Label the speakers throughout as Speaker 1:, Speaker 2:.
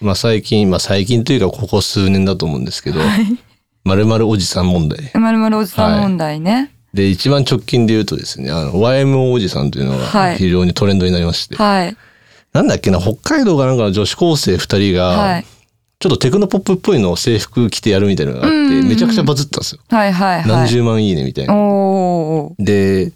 Speaker 1: まあ最近、まあ最近というかここ数年だと思うんですけど、まるまるおじさん問題。
Speaker 2: まるまるおじさん問題ね。
Speaker 1: で、一番直近で言うとですね、あの、YMO おじさんというの
Speaker 2: は
Speaker 1: が
Speaker 2: い
Speaker 1: 非常にトレンドになりまして、
Speaker 2: はい。
Speaker 1: なんだっけな、北海道かなんかの女子高生二人が、
Speaker 2: はい。
Speaker 1: ちょっとテクノポップっぽいのを制服着てやるみたいなのがあって、
Speaker 2: うんうんうん
Speaker 1: めちゃくちゃバズったんですよ。
Speaker 2: はいはい
Speaker 1: 何
Speaker 2: はい。
Speaker 1: 十万いいねみたいな。
Speaker 2: おー。
Speaker 1: で、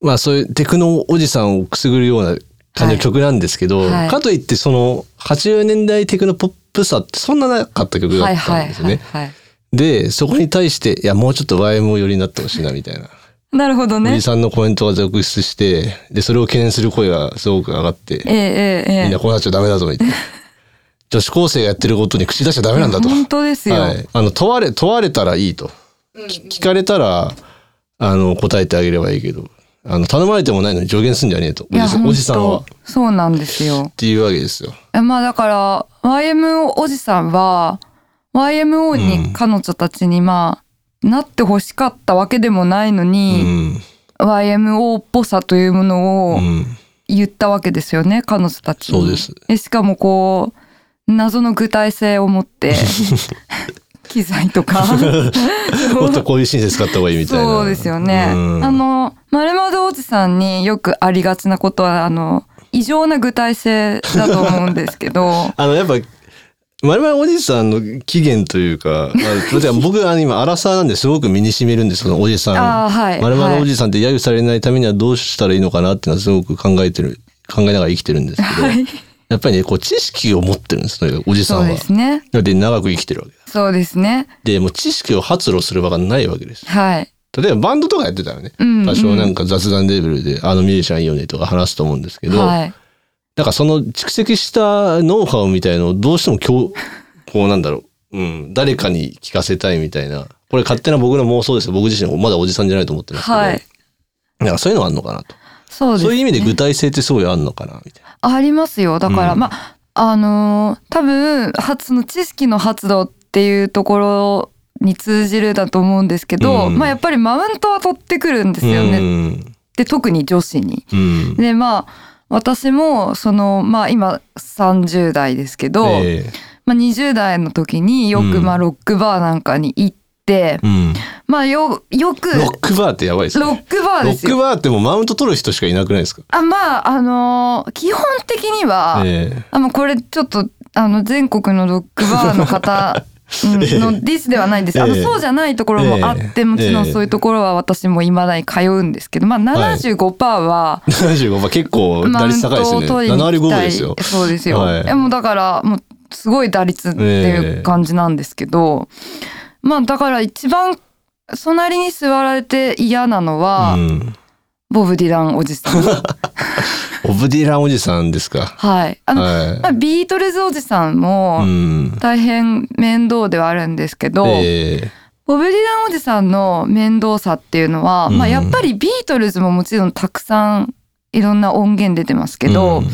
Speaker 1: まあそういうテクノおじさんをくすぐるような感じの曲なんですけど、
Speaker 2: はいはい
Speaker 1: かといってその80年代テクノポップさってそんななかった曲だ
Speaker 2: はい
Speaker 1: った
Speaker 2: は
Speaker 1: ん
Speaker 2: い
Speaker 1: ですよね。
Speaker 2: はいはい。
Speaker 1: で、そこに対して、いや、もうちょっと YMO 寄りになってほしいなみたいな。
Speaker 2: なるほど
Speaker 1: お
Speaker 2: ね
Speaker 1: じ。さんのコメントが続出して、で、それを懸念する声がすごく上がって
Speaker 2: え、えええ
Speaker 1: みん
Speaker 2: え
Speaker 1: なこうなっちゃダメだぞみたい な。女子高生がやってることに口出しちゃダメ
Speaker 2: え。
Speaker 1: なんだと。
Speaker 2: 本当ですよ。
Speaker 1: はい、あの問われ問われたらいいと、き聞かれたらあの答えてあげればいいけどあの頼まれてもないのに助言すんじゃねえとお
Speaker 2: いや
Speaker 1: じさんおじさんはっ
Speaker 2: 本当そうなんですよ。
Speaker 1: ていうわけですよ。
Speaker 2: えまあだから YMO おじさんは YMO に彼女たちにまあ、なってほしかったわけでもないの
Speaker 1: う
Speaker 2: に、
Speaker 1: ん
Speaker 2: YMO っぽさというもの
Speaker 1: う
Speaker 2: を
Speaker 1: ん
Speaker 2: 言ったわけですよね彼女たちに
Speaker 1: そうです
Speaker 2: えしかもこう謎の具体性を持って 機材とか
Speaker 1: もっとこういう親切使った方がいいみたいな。
Speaker 2: そうですよね。
Speaker 1: うん
Speaker 2: あの丸窓おじさんによくありがちなことはあの異常な具体性だと思うんです けど
Speaker 1: あのやっぱ我々おじさんの起源というか、あ例えば僕あの今アラサーなんですごく身に染みるんですけどおじさん。
Speaker 2: あーはい
Speaker 1: 我々お
Speaker 2: はい
Speaker 1: じさんって揶揄されないためにはどうしたらいいのかなっていうのはすごく考えてる考えながら生きてるんですけど、
Speaker 2: はい
Speaker 1: やっぱりねこう知識を持ってるんですねおじさん
Speaker 2: そう
Speaker 1: は
Speaker 2: で。すね
Speaker 1: だって長く生きてるわけだ。
Speaker 2: そうですね
Speaker 1: で、もう知識を発露する場がないわけです。
Speaker 2: はい
Speaker 1: 例えばバンドとかやってたらね、
Speaker 2: うんうん
Speaker 1: 多少なんか雑談レベルで、あのミュージシャンいいよねとか話すと思うんですけど、
Speaker 2: はい
Speaker 1: なんかその蓄積したノウハウみたいのをどうしても 今日、こうなんだろう、うん、誰かに聞かせたいみたいな、これ勝手な僕の妄想ですよ。僕自身まだおじさんじゃないと思ってますけど、
Speaker 2: はい
Speaker 1: なんかそういうのがあるのかなと。
Speaker 2: そうです
Speaker 1: そういう意味で具体性ってすごいあるのかな、みたいな。
Speaker 2: ありますよだから、
Speaker 1: うん
Speaker 2: まああのー多分はその知識の発動っていうところに通じるだと思うんですけど、
Speaker 1: うん
Speaker 2: まあやっぱりマウントは取ってくるんですよね、
Speaker 1: うん。
Speaker 2: で特に女子に。
Speaker 1: うん。
Speaker 2: でまあ私もそのまあ今30代ですけど、
Speaker 1: ええ
Speaker 2: まあ、20代の時によく
Speaker 1: うん
Speaker 2: まあロックバーなんかに行って、
Speaker 1: うん。
Speaker 2: まあよよく
Speaker 1: ロックバーってやばいですね。
Speaker 2: ロックバー
Speaker 1: ロ
Speaker 2: です
Speaker 1: ック
Speaker 2: よ。
Speaker 1: バーってもうマウント取る人しかいなくないですか
Speaker 2: あまああのー基本的には、
Speaker 1: ええ
Speaker 2: あもうこれちょっとあの全国のロックバー の方うん
Speaker 1: ええ
Speaker 2: のディスではないんです、あの
Speaker 1: ええ
Speaker 2: そうじゃないところもあって、
Speaker 1: ええ
Speaker 2: もちろん
Speaker 1: ええ
Speaker 2: そういうところは私もいまだに通うんですけど、まあ、75%は
Speaker 1: 75まあ結構
Speaker 2: マ
Speaker 1: 打
Speaker 2: ウン
Speaker 1: 率高いです
Speaker 2: ト
Speaker 1: よ
Speaker 2: を
Speaker 1: ね。
Speaker 2: 取りに
Speaker 1: 7割5
Speaker 2: 行き
Speaker 1: 分
Speaker 2: たい
Speaker 1: ですよ。
Speaker 2: そうですよ、
Speaker 1: はい
Speaker 2: えもうだからもうすごい打率っていう感じなんですけど、まあだから一番隣に座られて嫌なのは、
Speaker 1: うん。
Speaker 2: ボブ・ディランお じさん
Speaker 1: オブディランおじさんですか。
Speaker 2: はいあの、ま
Speaker 1: は
Speaker 2: あ、ビートルズおじさんも、
Speaker 1: い。うん。
Speaker 2: 大変面倒ではあるんですけど、
Speaker 1: ええ
Speaker 2: ボブ・ディランおじさんの面倒さっていうのは、
Speaker 1: うん
Speaker 2: まあ、やっぱりビートルズももちろんたくさんいろんな音源出てますけ
Speaker 1: う
Speaker 2: ど、
Speaker 1: ん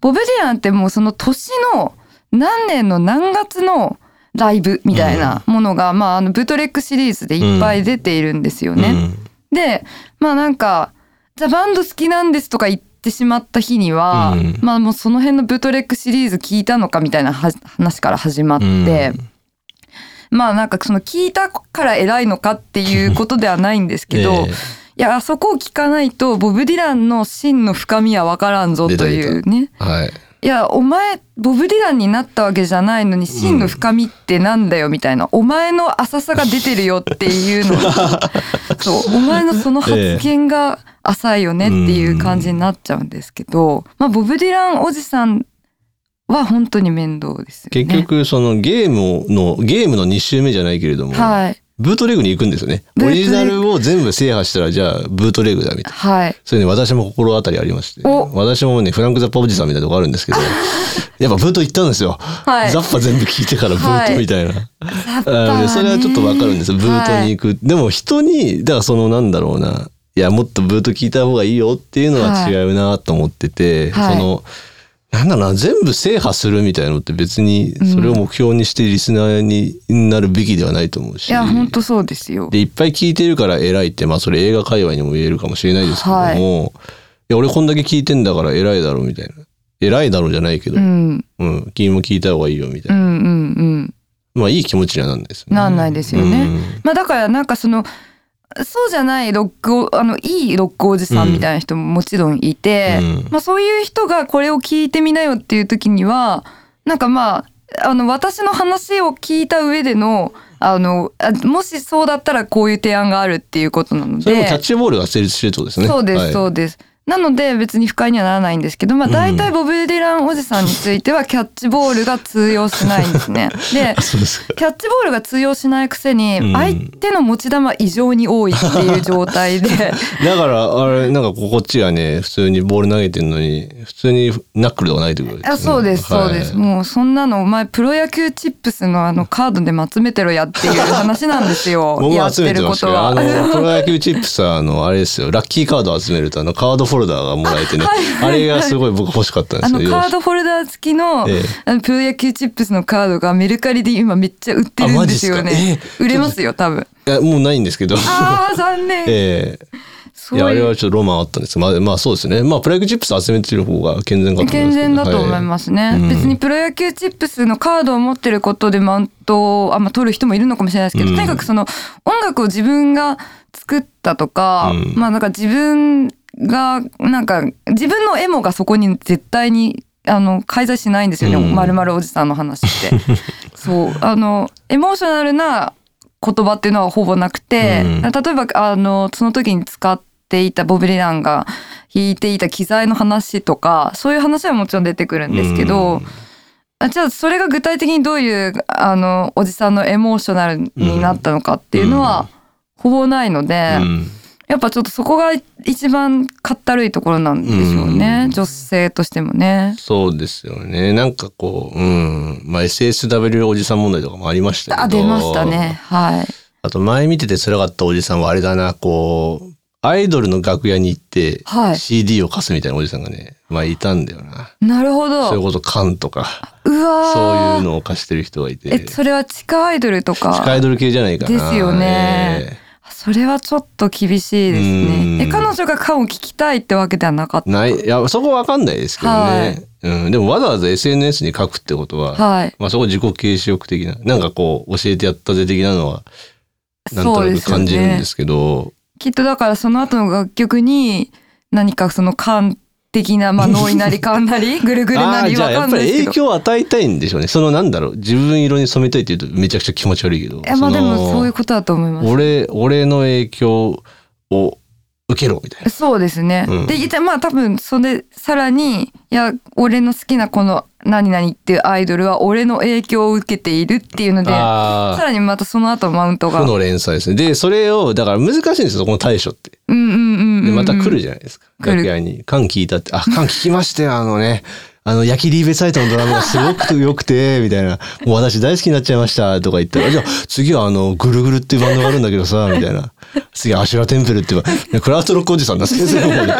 Speaker 2: ボブ・ディランってもうその年の何年の何月のライブみたいなものが、まあ、あのブートレックシリーズでいっぱい出ているんですよね。でまあなんか「ザ・バンド好きなんです」とか言ってしまった日には、
Speaker 1: うん
Speaker 2: まあもうその辺のブートレックシリーズ聞いたのかみたいなは話から始まっ
Speaker 1: う
Speaker 2: て。
Speaker 1: ん
Speaker 2: まあなんかその聞いたから偉いのかっていうことではないんですけど、
Speaker 1: え
Speaker 2: いやあそこを聞かないとボブ・ディランの真の深みは分からんぞというね
Speaker 1: えはい。
Speaker 2: いやお前ボブ・ディランになったわけじゃないのに真の深みってなんだよみたいな、お前の浅さが出てるよっていうの そうお前のその発言が浅いよねっていう感じになっちゃうんですけど、まあ、ボブ・ディランおじさんは本当に面倒ですよね。
Speaker 1: 結局そのゲームのゲームの2周目じゃないけれども、
Speaker 2: はい
Speaker 1: ブートレグに行くんですよね。
Speaker 2: ブー
Speaker 1: オ
Speaker 2: トレグ
Speaker 1: リジナルを全部制覇したらじゃあブートレグだみたいな。
Speaker 2: はい
Speaker 1: それね私も心当たりありまして、
Speaker 2: お
Speaker 1: 私もねフランクザッパおじさんみたいなとこあるんですけど、やっぱブート行ったんですよ。
Speaker 2: はい
Speaker 1: ザッパ全部聞いてからブートみたいな。
Speaker 2: やっぱ
Speaker 1: あの
Speaker 2: ね
Speaker 1: それはちょっとわかるんですよブートに行く、でも人にだからそのなんだろうないやもっとブート聞いた方がいいよっていうのは
Speaker 2: はい
Speaker 1: 違うなと思ってて、
Speaker 2: はい
Speaker 1: そのなんだろうな全部制覇するみたいなのって別にそれを目標にしてリスナーになるべきではないと思うし、
Speaker 2: いや本当そうですよ。
Speaker 1: でいっぱい聞いてるから偉いってまあそれ映画界隈にも言えるかもしれないですけども、い、や俺こんだけ聞いてんだから偉いだろうみたいな偉いだろうじゃないけど、
Speaker 2: う
Speaker 1: うん、
Speaker 2: ん
Speaker 1: 君も聞いた方がいいよみた
Speaker 2: う
Speaker 1: いな。
Speaker 2: んうんうん
Speaker 1: まあいい気持ちにはなんないですよね。
Speaker 2: なんないですよね
Speaker 1: うん
Speaker 2: まあだからなんかそのそうじゃないロックおあのいいロックおじさんみたいな人ももちろんいて、
Speaker 1: うん
Speaker 2: まあ、そういう人がこれを聞いてみなよっていう時にはなんかまああの私の話を聞いた上でのあのあもしそうだったらこういう提案があるっていうことなので
Speaker 1: それもキャッチボールが成立してるってことですね。
Speaker 2: そうです、
Speaker 1: はい
Speaker 2: そうです。なので別に不快にはならないんですけど、まあ大体ボブ・ディランおじさんについてはキャッチボールが通用しないんで すね。で、
Speaker 1: そうですか。
Speaker 2: キャッチボールが通用しないくせに
Speaker 1: うん
Speaker 2: 相手の持ち球異常に多いっていう状態で、
Speaker 1: だから、あれ、なんかここっちがね、普通にボール投げてんのに、普通にナックルとか投げてくる。
Speaker 2: あそうですそうです、
Speaker 1: はい
Speaker 2: もうそんなのお前プロ野球チップスのあのカードでま集めてろやっていう話なんですよ
Speaker 1: 僕
Speaker 2: や
Speaker 1: も
Speaker 2: っ
Speaker 1: 集
Speaker 2: て
Speaker 1: めて
Speaker 2: る
Speaker 1: ま
Speaker 2: こ
Speaker 1: した
Speaker 2: と
Speaker 1: けど、あ
Speaker 2: は
Speaker 1: の、。プロ野球チップスは、あの、あれですよ、ラッキーカード集めると、あの、カードフォルダーがもらえ てね、あれがすごい僕欲しかったんで
Speaker 2: あ
Speaker 1: すよ
Speaker 2: の、
Speaker 1: 用紙
Speaker 2: カードフォルダー付きの,、
Speaker 1: ええ
Speaker 2: あのプロ野球チップスのカードがメルカリで今めっちゃ売ってるんですよ
Speaker 1: あマジっ
Speaker 2: ね
Speaker 1: すか。ええ
Speaker 2: 売れますよ多分。
Speaker 1: いや、もうないんですけど。
Speaker 2: ああ残念。
Speaker 1: ええ
Speaker 2: そ
Speaker 1: いうや、あれ
Speaker 2: いう
Speaker 1: はちょっとロマンあったんですけどまあ、まあそうですね。まあ、プロ野球チップス集めてる方が健全かと思いますけど。。
Speaker 2: 健全だと思いますすね、
Speaker 1: うん
Speaker 2: 別にプロ野球チップスのカードを持ってることでマウントをあ、まあ、取る人もいるのかもしれないですけど、
Speaker 1: うん
Speaker 2: とにかくその音楽を自分が作ったとか、
Speaker 1: うん
Speaker 2: まあなんか自分がなんか自分のエモがそこに絶対にあの介在しないんですよね、
Speaker 1: うん
Speaker 2: まるまるおじさんの話って。そうあのエモーショナルな言葉っていうのはほぼなくて、
Speaker 1: うん
Speaker 2: 例えばあのその時に使っていたボブ・ディランが弾いていた機材の話とかそういう話はもちろん出てくるんですけど、あじゃあそれが具体的にどういうあのおじさんのエモーショナルになったのかっていうの
Speaker 1: う
Speaker 2: はほぼないので、
Speaker 1: うん
Speaker 2: やっぱちょっとそこが一番かったるいところなんでしょうね、
Speaker 1: うん
Speaker 2: 女性としてもね。
Speaker 1: そうですよね。なんかこう、うん。まあ、SSW おじさん問題とかもありましたけど。
Speaker 2: あ出ましたね。はい
Speaker 1: あと、前見てて辛かったおじさんはあれだな、こう、アイドルの楽屋に行って
Speaker 2: は、い
Speaker 1: CD を貸すみたいなおじさんがね、まあ、いたんだよな。
Speaker 2: なるほ
Speaker 1: それ
Speaker 2: ど。
Speaker 1: こそ、缶とか、
Speaker 2: うわー
Speaker 1: そういうのを貸してる人がいて。
Speaker 2: えそれは地下アイドルとか
Speaker 1: 地下アイドル系じゃないかな。
Speaker 2: ですよね
Speaker 1: ええ
Speaker 2: それはちょっと厳しいですね
Speaker 1: うん
Speaker 2: え彼女が感を聞きたいってわけではなかった
Speaker 1: ない、いや、そこわかんないですけどね。
Speaker 2: はい
Speaker 1: うん、でもわざわざ SNS に書くってことは、
Speaker 2: はい
Speaker 1: まあそこ自己啓示欲的な、なんかこう、教えてやったぜ的なのは、なん
Speaker 2: そ
Speaker 1: と
Speaker 2: う
Speaker 1: な
Speaker 2: で
Speaker 1: く
Speaker 2: すよ
Speaker 1: 感じるん
Speaker 2: ね
Speaker 1: ですけど、
Speaker 2: きっとだからその後の楽曲に何かその感的なまあ脳になり感な りぐるぐる
Speaker 1: あ
Speaker 2: な
Speaker 1: あー、
Speaker 2: り
Speaker 1: じゃ
Speaker 2: わ
Speaker 1: あや
Speaker 2: か
Speaker 1: っ
Speaker 2: ん
Speaker 1: ぱ
Speaker 2: ない
Speaker 1: り
Speaker 2: です
Speaker 1: 影
Speaker 2: けど
Speaker 1: 響を与えたいんでしょうね。そのなんだろう、自分色に染めといて言うとめちゃくちゃ気持ち悪いけど。
Speaker 2: えまあでもそういう
Speaker 1: こ
Speaker 2: ことだと思います
Speaker 1: 俺、俺の影響を受けろみたいな。
Speaker 2: そうですね、
Speaker 1: うん
Speaker 2: でいたまあ多分それさらにいや俺の好きなこの何々っていうアイドルは俺の影響を受けているっていうのでさ
Speaker 1: ああ、
Speaker 2: らにまたその後マウントが
Speaker 1: 負の連鎖ですね。で、それを、だから難しいんですよ、そこの対処って。
Speaker 2: うんうんうんうんうん
Speaker 1: で、また来るじゃないですか。
Speaker 2: 来る
Speaker 1: 楽屋に。缶聞いたって、あ、缶聞きましたよ、あのね。あの、焼きリーベサイトのドラムがすごく良くて、みたいな。もう私大好きになっちゃいました、とか言ったら、じゃあ次はあの、ぐるぐるっていうバンドがあるんだけどさ、みたいな。次はアシュラテンペルっていうバンドいやクラフトロックおじさんだ、先 生の方で。あ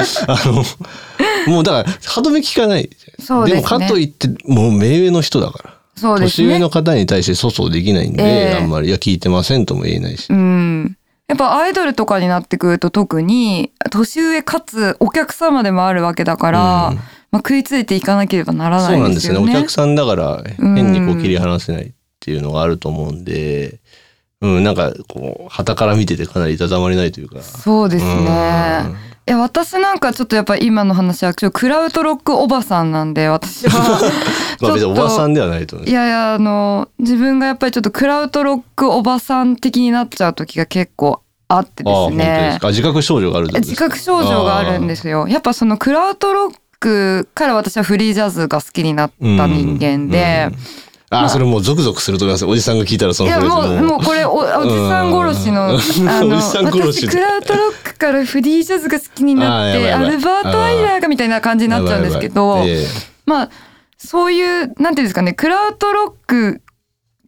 Speaker 1: の、もうだから、歯止め効かない。
Speaker 2: そうですね
Speaker 1: もかといって、もう目上の人だから。
Speaker 2: そうです
Speaker 1: 年上
Speaker 2: ね。
Speaker 1: の方に対して粗相できないんで、
Speaker 2: ええ
Speaker 1: あんまり、いや、聞いてませんとも言えないし。
Speaker 2: うん。やっぱアイドルとかになってくると特に年上かつお客様でもあるわけだから、
Speaker 1: うん
Speaker 2: まあ、食いついていかなければなら
Speaker 1: そ
Speaker 2: な
Speaker 1: う
Speaker 2: い
Speaker 1: なん
Speaker 2: で
Speaker 1: ですすよ
Speaker 2: よ
Speaker 1: ね。お
Speaker 2: ね。
Speaker 1: 客さんだから
Speaker 2: うん
Speaker 1: 変にこう切り離せないっていうのがあると思うんで、うん、なんかこう、旗から見ててかなりいたたまれないというか。
Speaker 2: そうですね。いや私なんかちょっとやっぱ今の話はちょっとクラウトロックおばさんなんで私はち
Speaker 1: まあ別にお
Speaker 2: ょっ
Speaker 1: ばさ
Speaker 2: と
Speaker 1: んではないと思うん
Speaker 2: い
Speaker 1: です
Speaker 2: やいやあの自分がやっぱりちょっとクラウトロックおばさん的になっちゃう時が結構あって
Speaker 1: ああ、
Speaker 2: です
Speaker 1: 本当で
Speaker 2: ね
Speaker 1: す。か。あ自覚症状があるってことです
Speaker 2: 自
Speaker 1: か
Speaker 2: 覚症状があるんですよ。やっぱそのクラウトロックから私はフリージャズが好きになった人間で
Speaker 1: うん、ああ、それもうゾクゾクすると思います。おじさんが聞いたらそ
Speaker 2: い
Speaker 1: の
Speaker 2: やもうもうこれおおじさん殺しの
Speaker 1: うん
Speaker 2: あの
Speaker 1: おじさん殺し
Speaker 2: 私
Speaker 1: で
Speaker 2: クラウトロックからフリージャズが好きにな
Speaker 1: あ
Speaker 2: っ
Speaker 1: ー
Speaker 2: て
Speaker 1: や
Speaker 2: ア
Speaker 1: ばいやばい
Speaker 2: ルバート・アイラーがみたいな感じになっちゃうんですけど
Speaker 1: やばいやばいえ
Speaker 2: まあそういうなんていうんですかねクラウトロック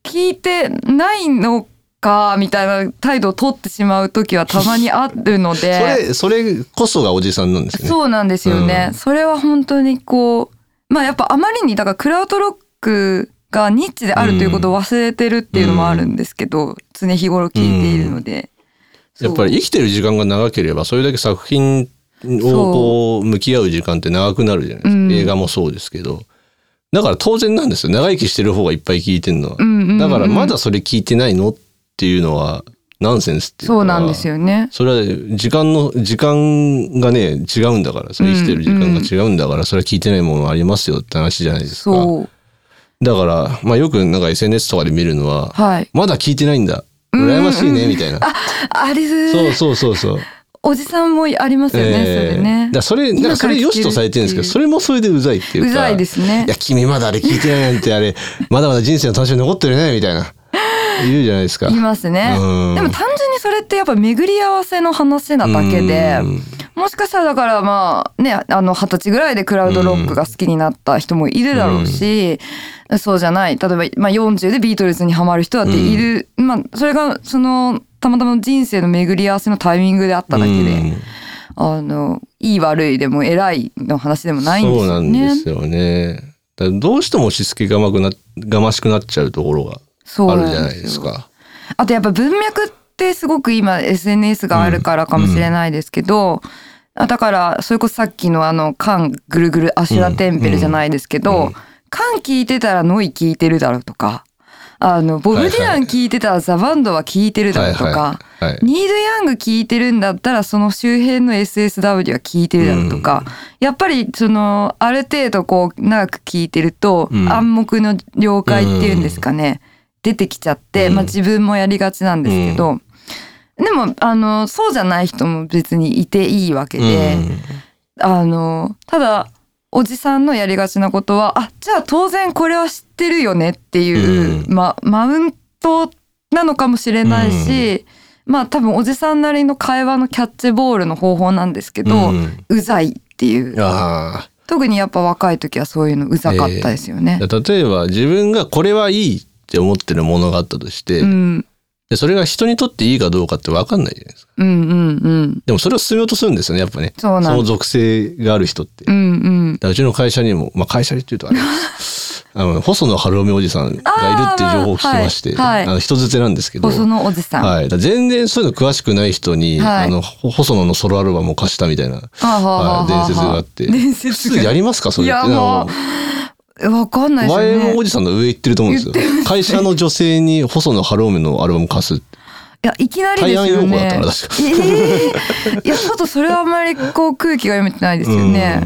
Speaker 2: 聞いてないのかみたいな態度を取ってしまう時はたまにあるので。
Speaker 1: えそれ、それこそがおじさんなんですよね。
Speaker 2: そうなんですよね、
Speaker 1: うん
Speaker 2: それは本当にこうまあやっぱあまりにだからクラウトロックがニッチであるということを忘れてるっていうのもあるんですけど、常日頃聞いているので、
Speaker 1: やっぱり
Speaker 2: そ
Speaker 1: 生
Speaker 2: う
Speaker 1: きてる時間が長ければ、それだけ作品をこう向き合う時間って長くなるじゃないですか、
Speaker 2: うん
Speaker 1: 映画もそうですけどだから当然なんですよ長生きしてる方がいっぱい聞いてるのは、
Speaker 2: うんうんうん
Speaker 1: だからまだそれ聞いてないのっていうのはナンセンスっていうか
Speaker 2: そうなんですよね。
Speaker 1: それは時間の時間がね違うんだからそれ生きてる時間が違うんだから、それは聞いてないものありますよって話じゃないですか
Speaker 2: そう。
Speaker 1: だから、まあ、よくなんか SNS とかで見るのは、
Speaker 2: はい。
Speaker 1: まだ聞いてないんだ羨ましいねみたいな、
Speaker 2: あれ
Speaker 1: そうそうそうそう
Speaker 2: おじさんもありますよね、それ
Speaker 1: ええだ
Speaker 2: ね
Speaker 1: か。らそれ、なんかそれ良しとされてるんですけど、それもそれでうざいっていう
Speaker 2: う
Speaker 1: か。
Speaker 2: ざいですね
Speaker 1: いや、。君まだあれ聞いてないなんて、あれ、 まだまだ人生の楽しみ残ってるね、みたいな。言うじゃないですか。
Speaker 2: いますね。
Speaker 1: うん
Speaker 2: でも単純にそれってやっぱ巡り合わせの話なだけで
Speaker 1: うん、
Speaker 2: もしかしたらだからまあね、あの二十歳ぐらいでクラウドロックが好きになった人もいるだろうし、そうじゃない。例えばまあ40でビートルズにハマる人だっている。まあそれがそのたまたま人生の巡り合わせのタイミングであっただけで、
Speaker 1: うん
Speaker 2: あの、いい悪いでも偉いの話でもないんです
Speaker 1: そう
Speaker 2: よ
Speaker 1: なんで
Speaker 2: ね。
Speaker 1: すよね。だからどうしても押し付けがまくな、がましくなっちゃうところが
Speaker 2: そう
Speaker 1: あ
Speaker 2: な
Speaker 1: る
Speaker 2: ん
Speaker 1: じ
Speaker 2: で
Speaker 1: ゃ
Speaker 2: すよ
Speaker 1: ないですか。
Speaker 2: あとやっぱ文脈ってすごく今 SNS があるからかもしれないですけど、あだからそれこそさっきのあの「缶ぐるぐるアシュラテンペル」じゃないですけ
Speaker 1: うんう
Speaker 2: ど
Speaker 1: ん
Speaker 2: 「缶、聞いてたらノイ聞いてるだろ」うとか「あのボブ・ディ
Speaker 1: は
Speaker 2: ラ
Speaker 1: い
Speaker 2: ン
Speaker 1: はい
Speaker 2: 聞いてたらザ・バンドは聞いてるだろ」うとか、
Speaker 1: はいはい。はい
Speaker 2: ニード・ヤング聞いてるんだったらその周辺の SSW は聞いてるだろうとか、やっぱりそのある程度こう長く聞いてると、
Speaker 1: うん
Speaker 2: 暗黙の了解っていうんですかね、出てきちゃって、
Speaker 1: うん
Speaker 2: まあ、自分もやりがちなんですけど、でもあのそうじゃない人も別にいていいわけで、あのただおじさんのやりがちなことはあじゃあ当然これは知ってるよねっていう、
Speaker 1: う
Speaker 2: ま、マウントなのかもしれないし、まあ多分おじさんなりの会話のキャッチボールの方法なんですけど、
Speaker 1: う
Speaker 2: うんざいっていう
Speaker 1: ああ。
Speaker 2: 特にやっぱ若い時はそういうのうざかったですよね。
Speaker 1: だから例えば自分がこれはいいって思ってるものがあったとして、
Speaker 2: うん
Speaker 1: でそれが人にとっていいかどうかって分かんないじゃないですか。
Speaker 2: うんうんうん
Speaker 1: でもそれを進めようとするんですよね、やっぱね。
Speaker 2: そ
Speaker 1: そ
Speaker 2: うなん
Speaker 1: の
Speaker 2: です
Speaker 1: 属性がある人って。
Speaker 2: う
Speaker 1: だか
Speaker 2: んうん
Speaker 1: らうちの会社にも、まあ、会社にっていうとあれ です。あの細野晴臣おじさんがいるっていう情報を聞きまして、
Speaker 2: あーはいはい
Speaker 1: あの人づてなんですけど、
Speaker 2: 細野おじさん。
Speaker 1: はい、だから全然そういうの詳しくない人に、
Speaker 2: はい
Speaker 1: あのほ細野のソロアルバムを貸したみたいな、
Speaker 2: はあはあはあ
Speaker 1: は
Speaker 2: はあ
Speaker 1: い伝説があって
Speaker 2: 伝
Speaker 1: 普
Speaker 2: 説
Speaker 1: 通
Speaker 2: が
Speaker 1: やりますかそれ
Speaker 2: い
Speaker 1: っ
Speaker 2: や
Speaker 1: て
Speaker 2: もうわかんないですよね。
Speaker 1: 前もおじさんの上行ってると思うんですよ
Speaker 2: 言ってま。す
Speaker 1: 会社の女性に細野晴臣のアルバム貸すって。
Speaker 2: いや、いきなりですよ
Speaker 1: 大
Speaker 2: ね。
Speaker 1: 安用語だったから確か
Speaker 2: ええいや、ちょっとそれはあんまりこう空気が読めてないですよね。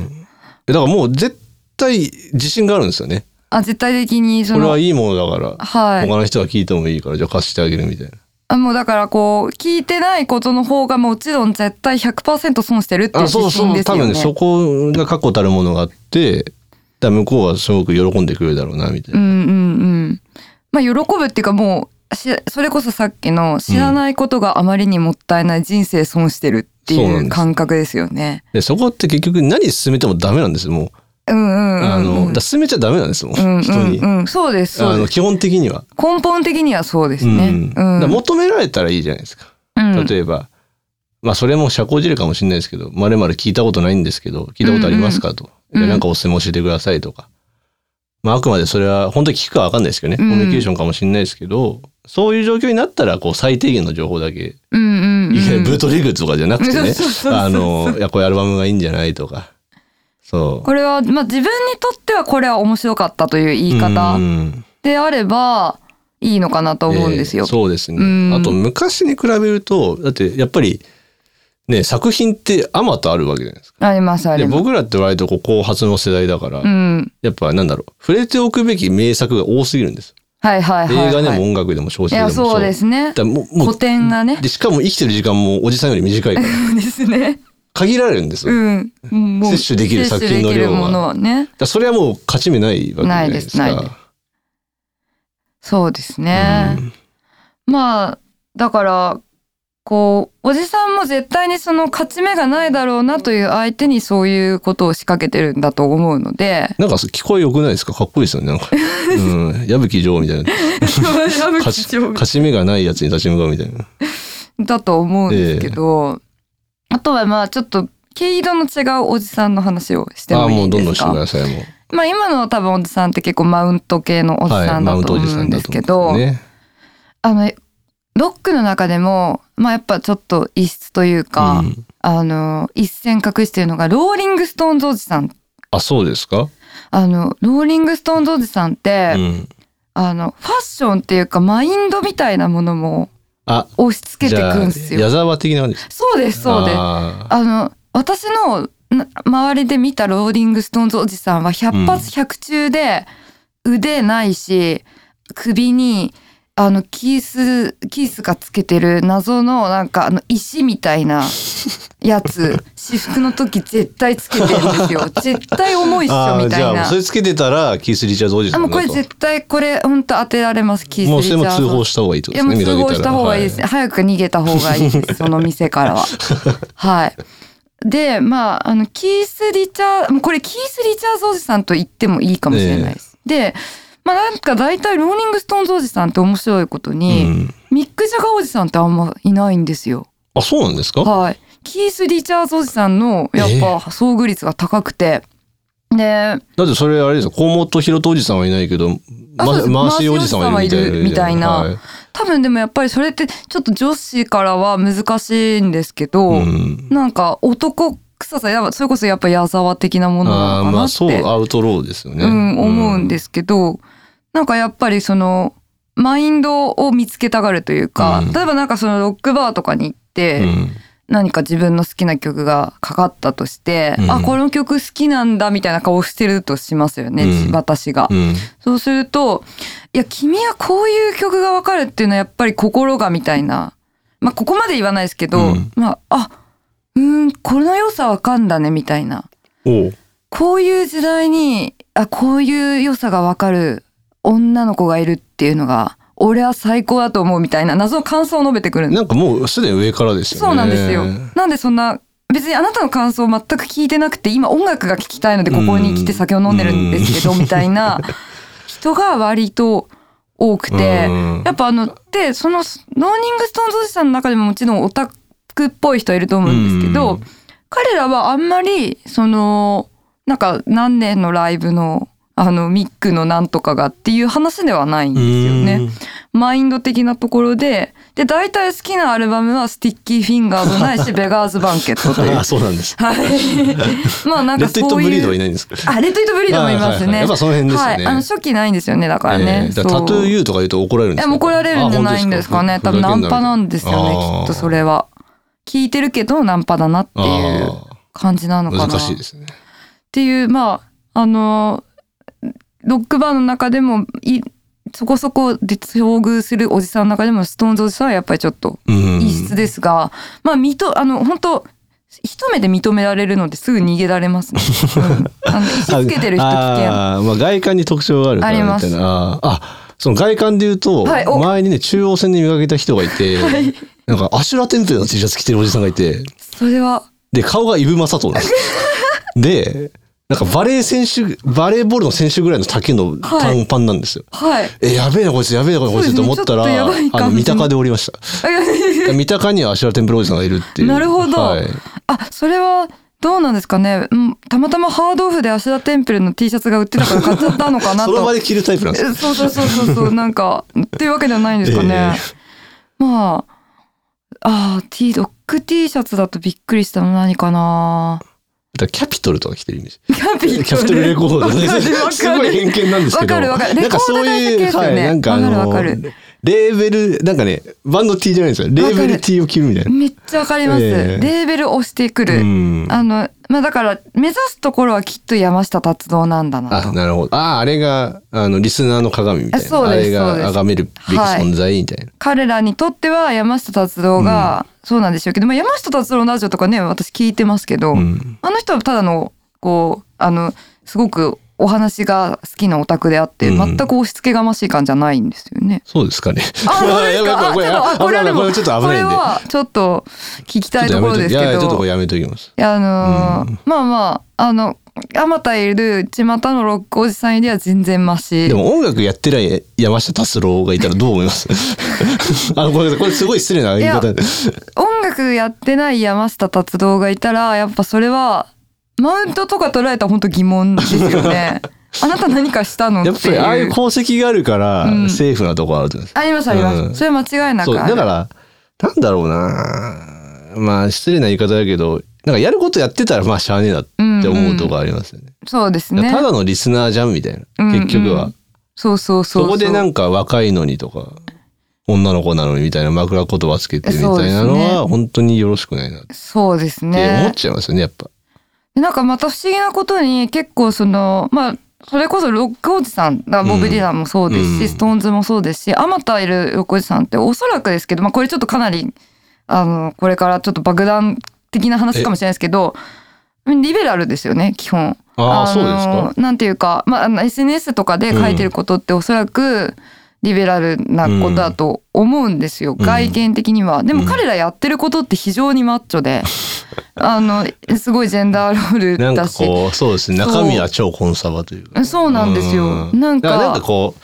Speaker 1: だからもう絶対自信があるんですよね。
Speaker 2: あ、絶対的にそ
Speaker 1: これ
Speaker 2: の、
Speaker 1: はいいものだから、
Speaker 2: はい
Speaker 1: 他の人が聞いてもいいからじゃあ貸してあげるみたいな。
Speaker 2: あもうだからこう、聞いてないことの方がもちろん絶対100%損してるってい
Speaker 1: あ
Speaker 2: う自
Speaker 1: そうそ
Speaker 2: 信
Speaker 1: う、
Speaker 2: です
Speaker 1: 多
Speaker 2: よ
Speaker 1: 分
Speaker 2: ね。
Speaker 1: ねそこが確固たるものがあってだから向こうはすごく喜んでくれるだろうなみたいうな。
Speaker 2: んうんうん。まあ、喜ぶっていうかもう、しそれこそさっきの知らないことがあまりにもったいない人生損してるって
Speaker 1: そうないん
Speaker 2: う
Speaker 1: です
Speaker 2: 感覚ですよね。
Speaker 1: でそこって結局何進めてもダメなんですよもう。
Speaker 2: うんうんうん。
Speaker 1: あのだから進めちゃダメなんですもん、
Speaker 2: うんう
Speaker 1: 人に。
Speaker 2: んうん、そうですそ
Speaker 1: あ
Speaker 2: う
Speaker 1: の
Speaker 2: です
Speaker 1: 基本的には。
Speaker 2: 根本的にはそうです
Speaker 1: う
Speaker 2: ね
Speaker 1: ん。だ
Speaker 2: う
Speaker 1: から
Speaker 2: ん
Speaker 1: 求められたらいいじゃないですか。
Speaker 2: うん
Speaker 1: 例えば、まあそれも社交辞令かもしれないですけど、まるまる聞いたことないんですけど、聞いたことありますかと。
Speaker 2: うん
Speaker 1: でなんかおすすめ教えてくださいとか。まああくまでそれは本当に聞くかわかんないですけどね、
Speaker 2: うん
Speaker 1: コミュニケーションかもしれないですけど、そういう状況になったら、こう最低限の情報だけ、
Speaker 2: うんうんうん、
Speaker 1: いきなりブートレグとかじゃなくて
Speaker 2: うん
Speaker 1: ね
Speaker 2: そうそうそう、そう
Speaker 1: あの、いや、こういうアルバムがいいんじゃないとか。そう。
Speaker 2: これは、まあ、自分にとってはこれは面白かったという言い方
Speaker 1: うん
Speaker 2: であればいいのかなと思うんですよ。
Speaker 1: えーそうですね。
Speaker 2: うん
Speaker 1: あと昔に比べると、だってやっぱり、ね、作品ってあまたあるわけじゃないですか。
Speaker 2: ありますあ
Speaker 1: で
Speaker 2: ります。
Speaker 1: 僕らって割とこう後発の世代だから、
Speaker 2: うん、
Speaker 1: やっぱなんだろう触れておくべき名作が多すぎるんです。
Speaker 2: はいはいはい、はい。
Speaker 1: 映画でも音楽でも小
Speaker 2: い
Speaker 1: 説でも
Speaker 2: やそうです
Speaker 1: だ。
Speaker 2: ね
Speaker 1: からもうもう
Speaker 2: 古典がね。
Speaker 1: でしかも生きてる時間もおじさんより短いから
Speaker 2: ですね。
Speaker 1: 限られるんですよ。だか
Speaker 2: うん。もう
Speaker 1: 摂取できる作品の量は
Speaker 2: 摂取できるものはね。
Speaker 1: らそれはもう勝ち目ないわけじゃないですか。
Speaker 2: ないですそうです
Speaker 1: う
Speaker 2: ね。
Speaker 1: ん
Speaker 2: まあだからこうおじさんも絶対にその勝ち目がないだろうなという相手にそういうことを仕掛けてるんだと思うので。
Speaker 1: なんか聞こえ良くないですかかっこいいですよねなんか。うん、矢吹城み たいな勝ち勝ち目がないやつに立ち向かうみたいな。
Speaker 2: だと思うんですけど、あとはまあちょっと毛色の違うおじさんの話をして
Speaker 1: ああ
Speaker 2: も
Speaker 1: ー
Speaker 2: い
Speaker 1: も
Speaker 2: いう
Speaker 1: どんど
Speaker 2: で
Speaker 1: ん
Speaker 2: す
Speaker 1: してく
Speaker 2: か
Speaker 1: ださいもう。
Speaker 2: まあ今の多分おじさんって結構マウント系のおじさんだと思うんですけ
Speaker 1: マウ
Speaker 2: ど、
Speaker 1: ントおじさんだと思うんですね
Speaker 2: あのロックの中でもまあやっぱちょっと異質というか、
Speaker 1: うん
Speaker 2: あの一線隠してるのがローリング・ストーンズおじさん
Speaker 1: あ、そうですか。
Speaker 2: あのローリング・ストーンズおじさんっ
Speaker 1: う
Speaker 2: て、
Speaker 1: ん。
Speaker 2: あのファッションっていうかマインドみたいなものも
Speaker 1: あ、
Speaker 2: 押し付け
Speaker 1: じ
Speaker 2: て
Speaker 1: ゃ
Speaker 2: く
Speaker 1: あ
Speaker 2: んですよ
Speaker 1: 矢。沢的な感じです。
Speaker 2: そうですそうです。
Speaker 1: あ
Speaker 2: あの私のな周りで見たローリング・ストーンズおじさんは100発100中で腕ないし首にあのキースキースがつけてる謎のなんかあの石みたいなやつ 私服の時絶対つけてるんですよ絶対重いっ
Speaker 1: ー
Speaker 2: しょ
Speaker 1: あー
Speaker 2: み
Speaker 1: じ
Speaker 2: たい
Speaker 1: ゃあ
Speaker 2: な
Speaker 1: それつけてたらキース・リチャードおじさ
Speaker 2: あ
Speaker 1: ん
Speaker 2: も
Speaker 1: だ
Speaker 2: う
Speaker 1: と
Speaker 2: これ絶対これ本当当てられますキース・
Speaker 1: もう
Speaker 2: リ
Speaker 1: そ
Speaker 2: チ
Speaker 1: れ
Speaker 2: ャー
Speaker 1: も
Speaker 2: ドソン
Speaker 1: 通報した方がいいってことで
Speaker 2: い
Speaker 1: す
Speaker 2: やも
Speaker 1: ね
Speaker 2: う通報した方がいいで
Speaker 1: 見か
Speaker 2: す
Speaker 1: け
Speaker 2: ね。早く逃げた方がいい です。その店からは。はい。で、まあ、あの、キース・リチャー、もうこれキース・リチャーズおじさんと言ってもいいかもしれないです。で、まあなんか大体ローリング・ストーンズおじさんって面白いこと
Speaker 1: たらはい
Speaker 2: に、
Speaker 1: うん
Speaker 2: ミック・ジャガーおじさんってあんまいないんですよ。
Speaker 1: あそうなんですか
Speaker 2: はい。キース・リチャーズおじさんのやっ
Speaker 1: ええ
Speaker 2: ぱ遭遇率が高くて。で、
Speaker 1: だってそれあれですよ河本ひろとおじさんはいないけど、
Speaker 2: あそうです
Speaker 1: ま、回しおじさんはいるみたいな。
Speaker 2: 回しおじ多分でもやっぱりそれってちょっと女子からは難しいんですけど、
Speaker 1: はいうん、
Speaker 2: なんか男臭さやっぱそれこそやっぱ矢沢的なものな
Speaker 1: あ
Speaker 2: の
Speaker 1: ー
Speaker 2: か
Speaker 1: ま
Speaker 2: な
Speaker 1: あ
Speaker 2: って、
Speaker 1: そうアウトローですよね。
Speaker 2: うん、思うんですけど、なんかやっぱりそのマインドを見つけたがるというか、
Speaker 1: うん
Speaker 2: 例えばなんかそのロックバーとかに行
Speaker 1: う
Speaker 2: って、
Speaker 1: ん
Speaker 2: 何か自分の好きな曲がかかったとして、
Speaker 1: うん
Speaker 2: あこの曲好きなんだみたいな顔してるとしますよね、
Speaker 1: うん
Speaker 2: 私が。
Speaker 1: うん
Speaker 2: そうすると、いや、君はこういう曲がわかるっていうのはやっぱり心がみたいな。まあ、ここまで言わないですけど、
Speaker 1: うん
Speaker 2: まあ、あ、うーん、この良さわかんだねみたいな。
Speaker 1: おう
Speaker 2: こういう時代に、あ、こういう良さがわかる女の子がいるっていうのが、俺は最高だと思うみたいな謎の感想を述べてくるんです
Speaker 1: なんかもうすでに上からですよね。
Speaker 2: そうなんですよ。なんでそんな、別にあなたの感想を全く聞いてなくて、今音楽が聞きたいのでここに来て酒を飲んでるんですけど、みたいな人が割と多くて、
Speaker 1: うん
Speaker 2: やっぱあの、で、その、ローニングストーンズおじさんの中でももちろんオタクっぽい人はいると思うんで
Speaker 1: う
Speaker 2: すけど
Speaker 1: ん、
Speaker 2: 彼らはあんまり、その、なんか何年のライブの、あの、ミックのなんとかがっていう話ではないんですよね。マインド的なところで、で、大体好きなアルバムはスティッキーフィンガーズ ないし、ベガーズバンケット
Speaker 1: う
Speaker 2: とい
Speaker 1: ん。
Speaker 2: う
Speaker 1: あ。そうなんです。
Speaker 2: はい。まあなん
Speaker 1: レ
Speaker 2: か
Speaker 1: ッド・イッ
Speaker 2: そ
Speaker 1: ト・
Speaker 2: う。
Speaker 1: ブリードはいいうないんですか
Speaker 2: あ、レッド・イット・ブリードもいます
Speaker 1: はいはいはい
Speaker 2: ね。
Speaker 1: やっぱその辺ですよね
Speaker 2: はい。あの、初期ないんですよね、だから
Speaker 1: え
Speaker 2: ね。
Speaker 1: えだからタトゥー
Speaker 2: う。
Speaker 1: 言うとか言うと怒られるんで
Speaker 2: え、
Speaker 1: すか
Speaker 2: もう怒られるんじゃないんですか
Speaker 1: あ
Speaker 2: ね。多
Speaker 1: 本当
Speaker 2: 分ナン
Speaker 1: か
Speaker 2: パなんですよね、きっとそれは。聞いてるけど、ナンパだなっていう
Speaker 1: あ
Speaker 2: 感じなの
Speaker 1: ー
Speaker 2: かな。
Speaker 1: 難しいですね。
Speaker 2: っていうまああのロックバーの中でもいそこそこで遭遇するおじさんの中でもストーンズおじさんはやっぱりちょっと
Speaker 1: うん
Speaker 2: 異質ですが、まあ認あの本当一目で認められるのですぐ逃げら れますね。うん、あの石つけてる人危険。
Speaker 1: あーまあ、外観に特徴があるからみたいな
Speaker 2: あります
Speaker 1: あーあその外観で言うと、
Speaker 2: はいお
Speaker 1: 前にね中央線で見かけた人がいて、
Speaker 2: い
Speaker 1: なんかアシュラテンペの T シャツ着てるおじさんがいて
Speaker 2: それは
Speaker 1: で顔がイブ・マサトなんです でなんかバレー選手バレーボールの選手ぐらいの丈の
Speaker 2: はい
Speaker 1: 短パンなんですよ。
Speaker 2: はい。
Speaker 1: えやべえなこいつやべえなこいつ
Speaker 2: そうです
Speaker 1: と
Speaker 2: ね
Speaker 1: 思ったら、
Speaker 2: ちょっとやばい感
Speaker 1: あ
Speaker 2: じ
Speaker 1: の三鷹で降りました。 三鷹にはアシュラテンペのおじさんがいるっていう。
Speaker 2: なるほど、
Speaker 1: はい
Speaker 2: あそれはどうなんですかね。うんたまたまハードオフで芦田テンプルの T シャツが売ってたから買っちゃったのか な
Speaker 1: そ
Speaker 2: と。
Speaker 1: の場で着るタイプなんですよ
Speaker 2: えそうそうそうそうそうなんかっていうわけではないんですかね、
Speaker 1: え
Speaker 2: まああー T ドック T シャツだとびっくりしたの何かな
Speaker 1: だからキャピトルとか着てるイメージ。
Speaker 2: キャピ
Speaker 1: キャピトルレコード
Speaker 2: わかるわかる
Speaker 1: すごい偏見なんですけど。
Speaker 2: わかるわかる
Speaker 1: なんかそういう、
Speaker 2: レコード会社系ですよね
Speaker 1: はい、なんかあの
Speaker 2: わかるわかる
Speaker 1: レーベル、なんかね、バンド T じゃないんですよ。レーベル T を着るみたいな。
Speaker 2: めっちゃわかります、
Speaker 1: ええ
Speaker 2: レーベルを押してくる、
Speaker 1: うん
Speaker 2: あのまあだから目指すところはきっと山下達郎なんだな
Speaker 1: あ、
Speaker 2: と
Speaker 1: なるほど。あ、あれが、あの、リスナーの鏡みたい
Speaker 2: あ
Speaker 1: な。
Speaker 2: そう
Speaker 1: あ
Speaker 2: です
Speaker 1: れ
Speaker 2: そうです
Speaker 1: が崇めるべき存在みたいな。
Speaker 2: 彼らにとっては山下達郎が、そうなんでしょうけど、まあ、山下達郎のラジオとかね私聞いてますけど、
Speaker 1: うん
Speaker 2: あの人はただのこうあのすごくお話が好きなオタクであって、
Speaker 1: うん
Speaker 2: 全く押し付けがましい感じじゃないんですよね。
Speaker 1: そうですかね。
Speaker 2: あ、そうで
Speaker 1: や
Speaker 2: す
Speaker 1: ばい
Speaker 2: か。あ、
Speaker 1: こ
Speaker 2: ち
Speaker 1: れ
Speaker 2: ょっと、あ、これは
Speaker 1: 危
Speaker 2: で
Speaker 1: ない
Speaker 2: も、
Speaker 1: これちょっと危ないん
Speaker 2: こ
Speaker 1: で
Speaker 2: れ。はちょっと聞きたい
Speaker 1: ちょ
Speaker 2: と
Speaker 1: っ
Speaker 2: こと
Speaker 1: やめとい
Speaker 2: ろですけ
Speaker 1: やいやちょっとこ
Speaker 2: ど。
Speaker 1: れ
Speaker 2: い
Speaker 1: やめときます。
Speaker 2: や、あのーまあまあ、あの、あまたいる、ちまたのロックおじさんよりは全然マシ。
Speaker 1: でも音楽やってない山下達郎がいたらどう思います あの、ごめんなさい。これすごい失礼な言い方で。
Speaker 2: 音楽やってない山下達郎がいたらやっぱそれはマウントとか取られたら本当疑問ですよ ねあなた何かしたのって
Speaker 1: や
Speaker 2: い
Speaker 1: っぱりああいう
Speaker 2: う
Speaker 1: 功績があるから、
Speaker 2: うん
Speaker 1: セーフなとこあるじゃないですか。
Speaker 2: ありますあります、
Speaker 1: うん
Speaker 2: それは間違いな
Speaker 1: そう
Speaker 2: くあ
Speaker 1: だ
Speaker 2: る
Speaker 1: からなんだろうなまあ失礼な言い方だけどなんかやることやってたらまあしゃあねえなって思うとこありますよね。
Speaker 2: そうです
Speaker 1: だから
Speaker 2: ね
Speaker 1: ただのリスナーじゃんみたいな、
Speaker 2: うんうん
Speaker 1: 結局は
Speaker 2: そうそうそう
Speaker 1: そこでなんんか若いのにとか女の子なのにみたいな枕言葉つけてみたいなの
Speaker 2: そうですね
Speaker 1: は本当によろしくないなって
Speaker 2: そうです
Speaker 1: 思っ
Speaker 2: ね
Speaker 1: ちゃいますよねやっぱ。
Speaker 2: でなんかまた不思議なことに結構そのまあそれこそロックおじさんだボブ・ディランもそうですし、
Speaker 1: うん
Speaker 2: ストーンズもそうですしあまたいるロックおじさんっておそらくですけど、まあ、これちょっとかなりあのこれからちょっと爆弾的な話かもしれないですけどリベラルですよね基本。
Speaker 1: ああ
Speaker 2: の
Speaker 1: そうですか。
Speaker 2: なんていうか、まああの、SNS とかで書いてることっておそらくリベラルなことだと思うんですよ、
Speaker 1: うん
Speaker 2: 外見的には。で
Speaker 1: う
Speaker 2: も
Speaker 1: ん
Speaker 2: 彼らやってることって非常にマッチ ョで、あのすごいジェンダーロール
Speaker 1: なん
Speaker 2: だ
Speaker 1: か
Speaker 2: し。
Speaker 1: こうそうですね
Speaker 2: そ
Speaker 1: 中
Speaker 2: う
Speaker 1: 身は超コンサバというか。
Speaker 2: そうなんですよ。
Speaker 1: う
Speaker 2: なん
Speaker 1: だら
Speaker 2: か、
Speaker 1: なんかこう、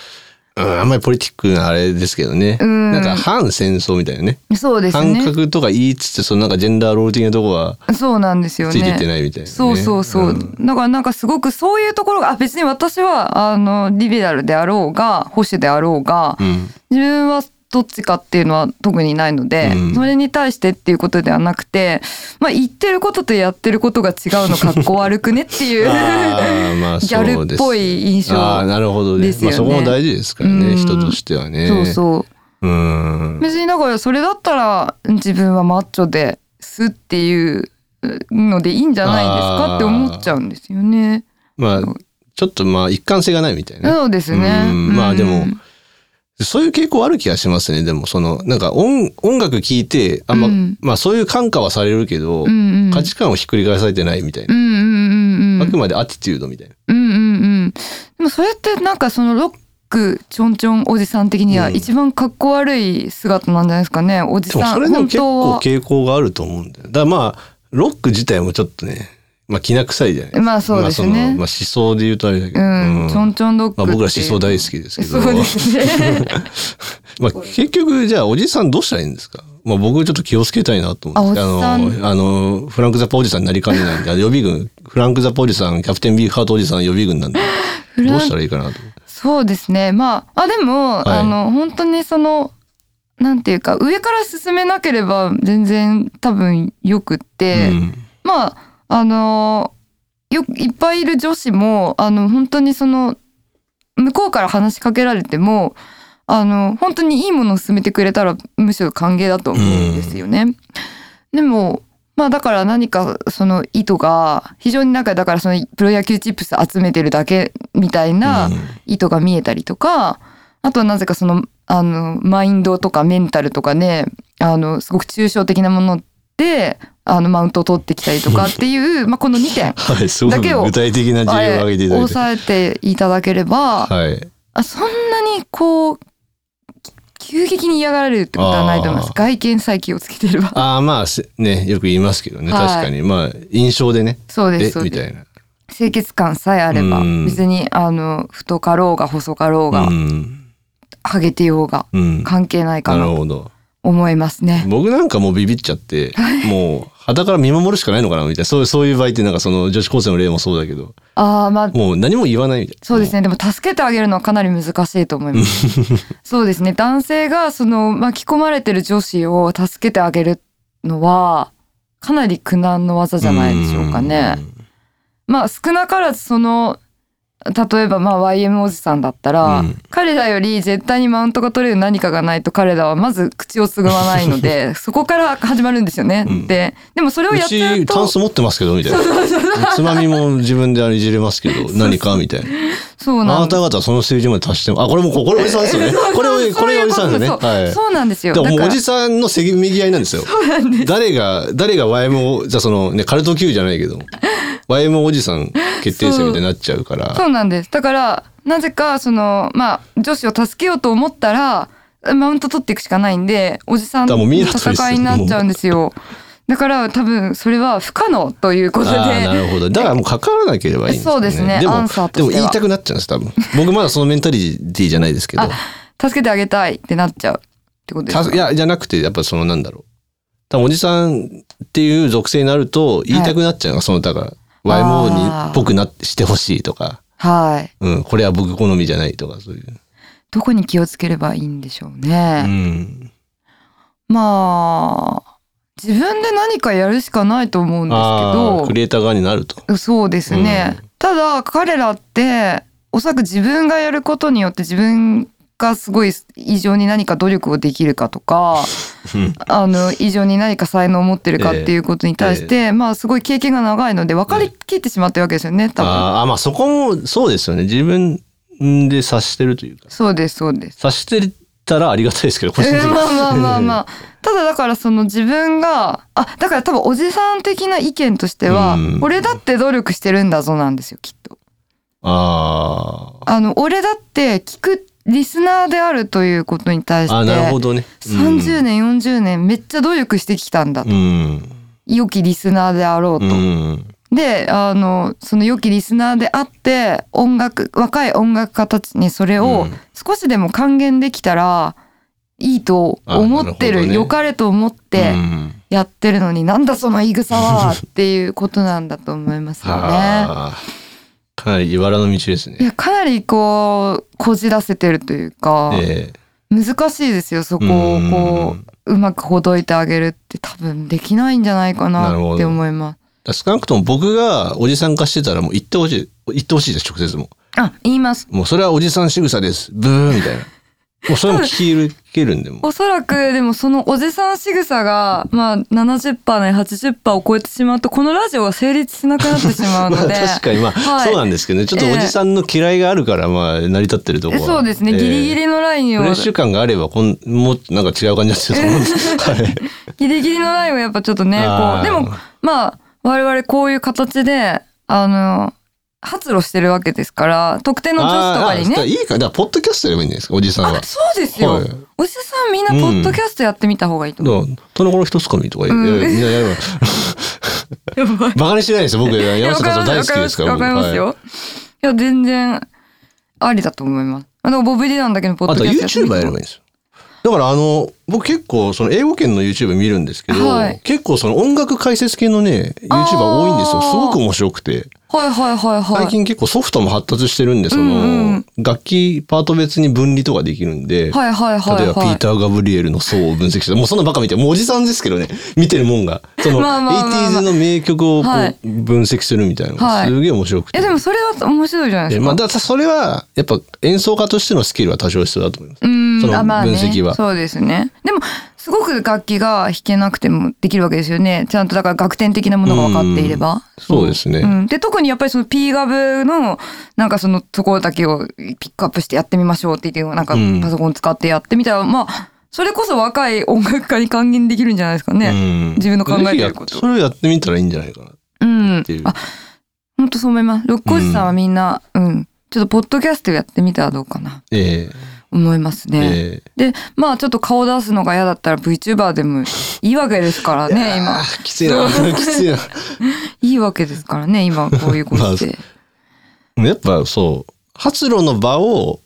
Speaker 1: うん、あんまりポリティックなあれですけどね、
Speaker 2: うん
Speaker 1: なんか反戦争みたいなね
Speaker 2: そうです
Speaker 1: 感
Speaker 2: ね。
Speaker 1: 覚とか言いつつそのなんかジェンダーロール的なとこは
Speaker 2: そうなんですよね。
Speaker 1: ついてってないみたいな、ね
Speaker 2: そうそうそう、
Speaker 1: ん
Speaker 2: だからなんかすごくそういうところがあ別に私はあのリベラルであろうが保守であろうが、
Speaker 1: うん
Speaker 2: 自分はどっちかっていうのは特にないので、
Speaker 1: うん
Speaker 2: それに対してっていうことではなくて、まあ、言ってることとやってることが違うのかっこ悪くねってい う
Speaker 1: あーまあ
Speaker 2: ギ
Speaker 1: そうです
Speaker 2: ャルっぽい印象
Speaker 1: あーなるほどね
Speaker 2: ですよね
Speaker 1: まあ、そこも大事ですからね、
Speaker 2: うん
Speaker 1: 人としてはね
Speaker 2: そうそう
Speaker 1: ううん
Speaker 2: 別にだからそれだったら自分はマッチョですっていうのでいいんじゃないですかって思っちゃうんですよね。
Speaker 1: まあちょっとまあ一貫性がないみたいな、
Speaker 2: そうですね。
Speaker 1: うんまあでも
Speaker 2: うん
Speaker 1: そういう傾向ある気がしますねでもそのなんか音音楽聞いてあんま、
Speaker 2: うん
Speaker 1: まあそういう感化はされるけど、
Speaker 2: うんうん、
Speaker 1: 価値観をひっくり返されてないみたい
Speaker 2: うん
Speaker 1: な、
Speaker 2: うんうんうん
Speaker 1: あくまでアティテュードみたいな、
Speaker 2: うんうんうん。でもそれってなんかそのロックちょんちょんおじさん的には
Speaker 1: うん
Speaker 2: 一番かっこ悪い姿なんじゃないですかね。おじ
Speaker 1: でも
Speaker 2: さ
Speaker 1: そ
Speaker 2: ん
Speaker 1: れでも
Speaker 2: 本
Speaker 1: 結
Speaker 2: 当
Speaker 1: 構
Speaker 2: は。
Speaker 1: 傾向があると思うんだよだからまあロック自体もちょっとねまあきな臭いじゃないですか
Speaker 2: まあそうですね
Speaker 1: まあそのまあ、思想で言うとあれだけ
Speaker 2: う
Speaker 1: ど、
Speaker 2: ん、ちょんちょんロックって
Speaker 1: まあ、
Speaker 2: いう。
Speaker 1: 僕ら思想大好きですけど
Speaker 2: そうです ね。
Speaker 1: まあ、結局じゃあおじさんどうしたらいいんですか、まあ、僕ちょっと気をつけたいなと思って
Speaker 2: あおじさん
Speaker 1: のあのフランク・ザ・ポおじさんになりかねないんであの予備軍 フランク・ザ・ポおじさんキャプテン・ビーフハートおじさんの予備軍なんで
Speaker 2: ラン
Speaker 1: どうしたらいいかなと
Speaker 2: そうですね。まあ、あ、でも、
Speaker 1: い
Speaker 2: あの、本当にその、なんていうか、上から進めなければ全然多分よくって、
Speaker 1: うん
Speaker 2: まああのよくいっぱいいる女子もあの本当にその向こうから話しかけられてもあの本当にいいものを勧めてくれたらむしろ歓迎だと思うんですよね。でもまあだから何かその意図が非常になんかだからそのプロ野球チップス集めてるだけみたいな
Speaker 1: うん
Speaker 2: 意図が見えたりとかあとはなぜかそのあのマインドとかメンタルとかねあのすごく抽象的なものであのマウントを取ってきたり とかっていうまあこの2点
Speaker 1: はいすご
Speaker 2: だ
Speaker 1: く
Speaker 2: けを
Speaker 1: 具体的な事
Speaker 2: あ
Speaker 1: 例を
Speaker 2: れ
Speaker 1: 挙げていただいて
Speaker 2: 抑えていただければ、
Speaker 1: はい
Speaker 2: あそんなにこうき急激に嫌がられるってことはないと思いま
Speaker 1: あ
Speaker 2: す
Speaker 1: ー
Speaker 2: 外見さえ気をつけて れば
Speaker 1: ああまあせねよく言いますけどね、
Speaker 2: はい
Speaker 1: 確かにまあ印象でね
Speaker 2: そうで
Speaker 1: え
Speaker 2: すそう
Speaker 1: み
Speaker 2: で
Speaker 1: た
Speaker 2: す
Speaker 1: いな
Speaker 2: 清潔感さえあれば
Speaker 1: うん
Speaker 2: 別にあの太かろうが細かろうが、
Speaker 1: うん、
Speaker 2: ハゲてようが
Speaker 1: うん、
Speaker 2: 関係ないか
Speaker 1: なる
Speaker 2: なと
Speaker 1: ほど
Speaker 2: 思いますね。
Speaker 1: 僕なんかもうビビっちゃ って、もう裸から見守るしかないのかなみたいなそうそういう場合ってなんかその女子高生の例もそうだけど
Speaker 2: ああまあ
Speaker 1: もう何も言わないみたいな
Speaker 2: そうですね。でも助けてあげるのはかなり難しいと思います。 そうですね。男性がその巻き込まれてる女子を助けてあげるのはかなり苦難の技じゃないでしょうかね。まあ少なからずその例えばまあ YM おじさんだったら、
Speaker 1: うん
Speaker 2: 彼らより絶対にマウントが取れる何かがないと彼らはまず口をつぐわない のでそこから始まるんですよね。
Speaker 1: うん
Speaker 2: ででもそれを
Speaker 1: う
Speaker 2: やっちゃうん
Speaker 1: うちタ
Speaker 2: と
Speaker 1: ンス持ってますけどみたいなつまみも自分であれいじれますけど何かみたいな
Speaker 2: そう
Speaker 1: あ
Speaker 2: な
Speaker 1: な
Speaker 2: んで
Speaker 1: た
Speaker 2: す。
Speaker 1: 方はその数字まで達してもあこれもここれおじさんですよねこれおこれおじさんですよね
Speaker 2: そういうこと
Speaker 1: は
Speaker 2: です
Speaker 1: い
Speaker 2: そうそうなんですよ。
Speaker 1: だからもう
Speaker 2: だ
Speaker 1: お
Speaker 2: から
Speaker 1: じさんのせめぎ合いなんですよ誰が誰が YMO じゃあそのねカルト Q じゃないけど YMO おじさん決定戦みたいになっちゃうから
Speaker 2: そうなんです。だから、なぜか、その、まあ、女子を助けようと思ったら、マウント取っていくしかないんで、おじさん
Speaker 1: だから
Speaker 2: と
Speaker 1: もうミイラ取りしてる
Speaker 2: 戦いになっちゃうんですよ。だから、多分、それは不可能ということで。
Speaker 1: あーなるほどだからもう関わらなければいいんですよ、ね、
Speaker 2: そうですね
Speaker 1: でも
Speaker 2: アンサーとして
Speaker 1: でも
Speaker 2: は
Speaker 1: 言いたくなっちゃうんです多分僕まだそのメンタリティじゃないですけど
Speaker 2: あ助けてあげたいってなっちゃうってことです
Speaker 1: た
Speaker 2: か
Speaker 1: いやじゃなくてやっぱそのなんだろう多分おじさんっていう属性になると言いたくなっちゃうのが、そのだから
Speaker 2: あ
Speaker 1: YMO
Speaker 2: ー
Speaker 1: に僕なってしてほしいとか、
Speaker 2: はい。
Speaker 1: うん、これは僕好みじゃないとかそういう、
Speaker 2: どこに気をつければいいんでしょう
Speaker 1: う
Speaker 2: ね。
Speaker 1: ん、
Speaker 2: まあ、自分で何かやるしかないと思うんです
Speaker 1: ああ、ク
Speaker 2: け
Speaker 1: リエイター側になると。
Speaker 2: どそうですね、
Speaker 1: う
Speaker 2: ただ彼らっておそらく自分がやることによって自分がすごい異常に何か努力をできるかとか
Speaker 1: うん
Speaker 2: あの異常に何か才能を持ってるかっていうことに対して、まあすごい経験が長いので分かりきってしまってるわけですよね多分。
Speaker 1: あーあ、まあそこもそうですよね。自分で察してるというか。
Speaker 2: そうですそうです。
Speaker 1: 察してたらありがたいですけど、個人的に。
Speaker 2: まあまあまあまあただだからその自分があだから多分おじさん的な意見としては、
Speaker 1: うん
Speaker 2: 俺だって努力してるんだぞなんですよきっと。
Speaker 1: あー
Speaker 2: あの俺だって聞くリスナーであるということに対して
Speaker 1: あー、なるほどね。
Speaker 2: 30年40年めっちゃ努力してきたんだ、
Speaker 1: うん。
Speaker 2: 良きリスナーであろう
Speaker 1: う
Speaker 2: と。
Speaker 1: ん。うん
Speaker 2: であのその良きリスナーであって音楽若い音楽家たちにそれ
Speaker 1: う
Speaker 2: を
Speaker 1: ん
Speaker 2: 少しでも還元できたらいいと思って
Speaker 1: あなるほど
Speaker 2: る
Speaker 1: ね
Speaker 2: 良、かれと思
Speaker 1: う
Speaker 2: って
Speaker 1: ん
Speaker 2: やってるのに、なんだその言い草はっていうことなんだと思いますよね。
Speaker 1: はあ、かなり茨の道です
Speaker 2: い
Speaker 1: ね。
Speaker 2: やかなりこうこじらせてるというか、
Speaker 1: え
Speaker 2: 難しいですよそこを
Speaker 1: うん
Speaker 2: こううまくほどいてあげるって多分できないんじゃないか
Speaker 1: なる
Speaker 2: な
Speaker 1: ほ
Speaker 2: って
Speaker 1: ど
Speaker 2: 思います。
Speaker 1: え少なくとも僕がおじさん化してたらもう言ってほしい。言ってほしいです、直接も
Speaker 2: あ言います
Speaker 1: う。もうそれはおじさん仕草です。ブーみたい な。もうそれも聞き入れるんでもう。
Speaker 2: おそらくでもそのおじさん仕草がまあ70%ね80%を超えてしまうとこのラジオが成立しなくなってしまう
Speaker 1: まあ
Speaker 2: ので
Speaker 1: 確かにまあ、
Speaker 2: はい
Speaker 1: そうなんですけどねちょっとおじさんの嫌いがあるからまあ成り立ってるところは
Speaker 2: そうですね、
Speaker 1: ええ
Speaker 2: ギリギリのライン
Speaker 1: フ
Speaker 2: を
Speaker 1: レッシュ感があればこんもうなんか違う感じですると思うんですはい
Speaker 2: ギリギリのラインをやっぱちょっとねこ
Speaker 1: あ
Speaker 2: う
Speaker 1: ー
Speaker 2: でもまあ我々こういう形であの発露してるわけですから特定の女子とかにね
Speaker 1: あーあーいいかだからポッドキャストやればいいんじゃないですかおじさんは
Speaker 2: あそうですよ、
Speaker 1: はい
Speaker 2: おじさんみんなポッドキャストやってみた方がいいと思う、
Speaker 1: どうトノコの一つかみとか言って、
Speaker 2: うん
Speaker 1: みんなやれば
Speaker 2: やばい
Speaker 1: バカにしてないですよ僕
Speaker 2: いや
Speaker 1: 山
Speaker 2: わ
Speaker 1: 下
Speaker 2: かり
Speaker 1: 達
Speaker 2: ま
Speaker 1: 郎
Speaker 2: す
Speaker 1: 大好きですから
Speaker 2: わかりますよ、い、や全然ありだと思いますあのボブ・ディランだけのポ
Speaker 1: 僕
Speaker 2: ッ
Speaker 1: あ
Speaker 2: ド
Speaker 1: と
Speaker 2: キャスト
Speaker 1: YouTuber やればいいんですよだからあの僕結構その英語圏の YouTube 見るんですけど、
Speaker 2: はい
Speaker 1: 結構その音楽解説系のね YouTuber 多いんですよ
Speaker 2: あー
Speaker 1: すごく面白くて
Speaker 2: はいはいはいはい
Speaker 1: 最近結構ソフトも発達してるんで、その、
Speaker 2: うんうん
Speaker 1: 楽器パート別に分離とかできるんで、
Speaker 2: はいはいはい
Speaker 1: 例えばピ
Speaker 2: は
Speaker 1: ー
Speaker 2: い
Speaker 1: ター・ガブリエルの層を分析したもうそんなバカ見てもうおじさんですけどね 見てるもんがその
Speaker 2: まあまあまあまあ
Speaker 1: 80s の名曲をこ
Speaker 2: はいう
Speaker 1: 分析するみたいなの
Speaker 2: は
Speaker 1: が
Speaker 2: い
Speaker 1: すげえ面白く
Speaker 2: い
Speaker 1: て、
Speaker 2: やでもそれは面白いじゃないで
Speaker 1: です
Speaker 2: か、
Speaker 1: まあ、だからそれはやっぱ演奏家としてのスキルは多少必要だと思います、
Speaker 2: うん
Speaker 1: その
Speaker 2: あまあね
Speaker 1: 分析は
Speaker 2: そうですねでもすごく楽器が弾けなくてもできるわけですよねちゃんとだから楽天的なものが分かっていれば
Speaker 1: そうですね
Speaker 2: うん、で特にやっぱりその P ガブのなんかそのところだけをピックアップしてやってみましょうって言ってなんか
Speaker 1: うん
Speaker 2: パソコン使ってやってみたら、まあそれこそ若い音楽家に還元できるんじゃないですかね
Speaker 1: うん
Speaker 2: 自分の考えてるこ
Speaker 1: ぜひ
Speaker 2: と
Speaker 1: やそれをやってみたらいいんじゃないかな
Speaker 2: うん、
Speaker 1: っていう
Speaker 2: あ本当そう思います六甲寺さんはみんなうん、ちょっとポッドキャストやってみたらどうかな
Speaker 1: ええ
Speaker 2: 思いますね、
Speaker 1: え
Speaker 2: でまあちょっと顔出すのが嫌だったら VTuber でもいいわけですから
Speaker 1: え
Speaker 2: ね今
Speaker 1: あーきつい なきついない
Speaker 2: いわけですからね今こういうことで、
Speaker 1: やっぱそう発露の場を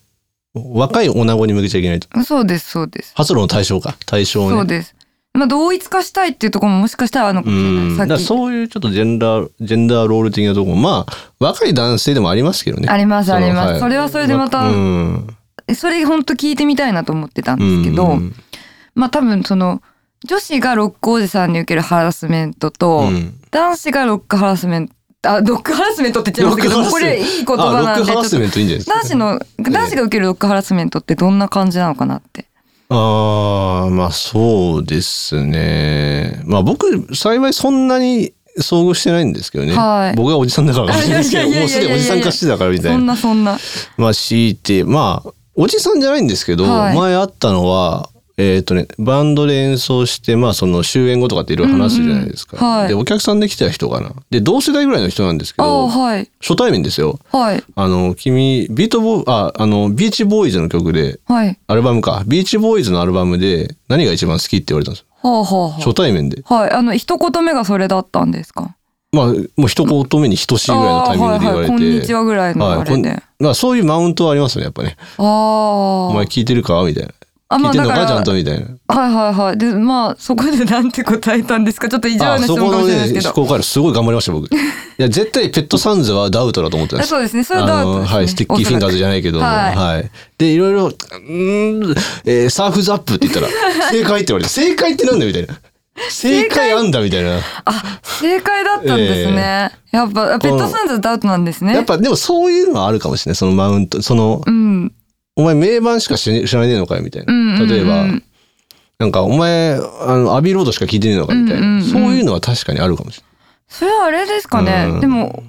Speaker 1: 若い女子に向けちゃいけないと
Speaker 2: そうですそうです
Speaker 1: 発露の対象か対象をね
Speaker 2: そうですまあ同一化したいっていうところももしかしたらあるのか
Speaker 1: う
Speaker 2: もしれない
Speaker 1: んだか
Speaker 2: さ
Speaker 1: ら
Speaker 2: っき
Speaker 1: そういうちょっとジェンダージェンダーロール的なとこもまあ若い男性でもありますけどね
Speaker 2: あります
Speaker 1: その
Speaker 2: あります
Speaker 1: はい
Speaker 2: それはそれでまた、
Speaker 1: うん
Speaker 2: それ本当聞いてみたいなと思ってたんですけど、
Speaker 1: うん
Speaker 2: まあ多分その女子がロックおじさんに受けるハラスメントと、
Speaker 1: うん
Speaker 2: 男子がロックハラスメントあロックハラスメントって言っちゃいましたけ
Speaker 1: ロッ
Speaker 2: ど
Speaker 1: クハ
Speaker 2: こ
Speaker 1: ラスメント
Speaker 2: れいい言葉
Speaker 1: あ
Speaker 2: なん
Speaker 1: ロッ
Speaker 2: で
Speaker 1: ク
Speaker 2: ち
Speaker 1: ハ
Speaker 2: ょ
Speaker 1: ラス
Speaker 2: っと
Speaker 1: メントいいんじゃないですか
Speaker 2: 男子の男子が受けるロックハラスメントってどんな感じなのかなって。
Speaker 1: ああまあそうですねまあ僕幸いそんなに遭遇してないんですけどね、
Speaker 2: はい
Speaker 1: 僕はおじさんだからかもしれないですけど
Speaker 2: いやいやいや
Speaker 1: もうす
Speaker 2: いや
Speaker 1: でにおじさん化してたからみたい
Speaker 2: そ
Speaker 1: なん
Speaker 2: なそんな。
Speaker 1: まあ強いてまあおじさんじゃないんですけど、
Speaker 2: はい
Speaker 1: 前あったのはえっ、とねバンドで演奏してまあその終演後とかっていろいろ話すじゃないですか、
Speaker 2: うんうんはい
Speaker 1: でお客さんで来てた人かなで同世代ぐらいの人なんですけ
Speaker 2: ああ
Speaker 1: ど
Speaker 2: はい
Speaker 1: 初対面ですよ
Speaker 2: はい
Speaker 1: あの君ビートボーああのビーチボーイズの曲で
Speaker 2: はい
Speaker 1: アルバムかビーチボーイズのアルバムで何が一番好きって言われたんですよ
Speaker 2: はあは
Speaker 1: 初対面で
Speaker 2: あはあ。はいあの一言目がそれだったんですか。
Speaker 1: まあもう一言目に等しいぐらいのタイミングで言われ
Speaker 2: ああはいはいこんにち
Speaker 1: て
Speaker 2: はぐらいのあ
Speaker 1: はいこ
Speaker 2: れ
Speaker 1: ん
Speaker 2: で。
Speaker 1: まあそういうマウントはありますねやっぱね
Speaker 2: ああ。
Speaker 1: お前聞いてるかみたいな
Speaker 2: あ
Speaker 1: 聞いてんの
Speaker 2: だ
Speaker 1: かち
Speaker 2: ら
Speaker 1: ゃんとみたいな
Speaker 2: はいはいはいでまあそこでなんて答えたんですかちょっと異常
Speaker 1: あ
Speaker 2: な質
Speaker 1: そ
Speaker 2: 問
Speaker 1: こ
Speaker 2: かも
Speaker 1: の
Speaker 2: しれない
Speaker 1: ね
Speaker 2: ですけ
Speaker 1: 思考
Speaker 2: ど。
Speaker 1: 回路すごい頑張りました 僕いや絶対ペットサンズはダウトだと思ってま
Speaker 2: あ
Speaker 1: す
Speaker 2: そうですねそれはダ
Speaker 1: あ
Speaker 2: ウト
Speaker 1: の
Speaker 2: ですね。
Speaker 1: はい、スティッキーフィンガーズじゃないけども、
Speaker 2: おそら
Speaker 1: は
Speaker 2: く
Speaker 1: い、
Speaker 2: はい
Speaker 1: で、いろいろ、う ーん、えーサーフズアップって言ったら、正解って言われて、正解ってなんだよみたいな。正解あんだみたいな。
Speaker 2: あ、正解だったんですね。やっぱ、ペットサンズダウトなんですね。
Speaker 1: やっぱでもそういうのはあるかもしれない。そのマウント、その、
Speaker 2: うん。
Speaker 1: お前名盤しか知知らねえのかよみたいな。
Speaker 2: うんうんうん
Speaker 1: 例えば、なんかお前、あの、アビーロードしか聞いてねえのかみたいな、
Speaker 2: うんうんうん
Speaker 1: そういうのは確かにあるかもし
Speaker 2: それはあれですかね。
Speaker 1: うん
Speaker 2: でも、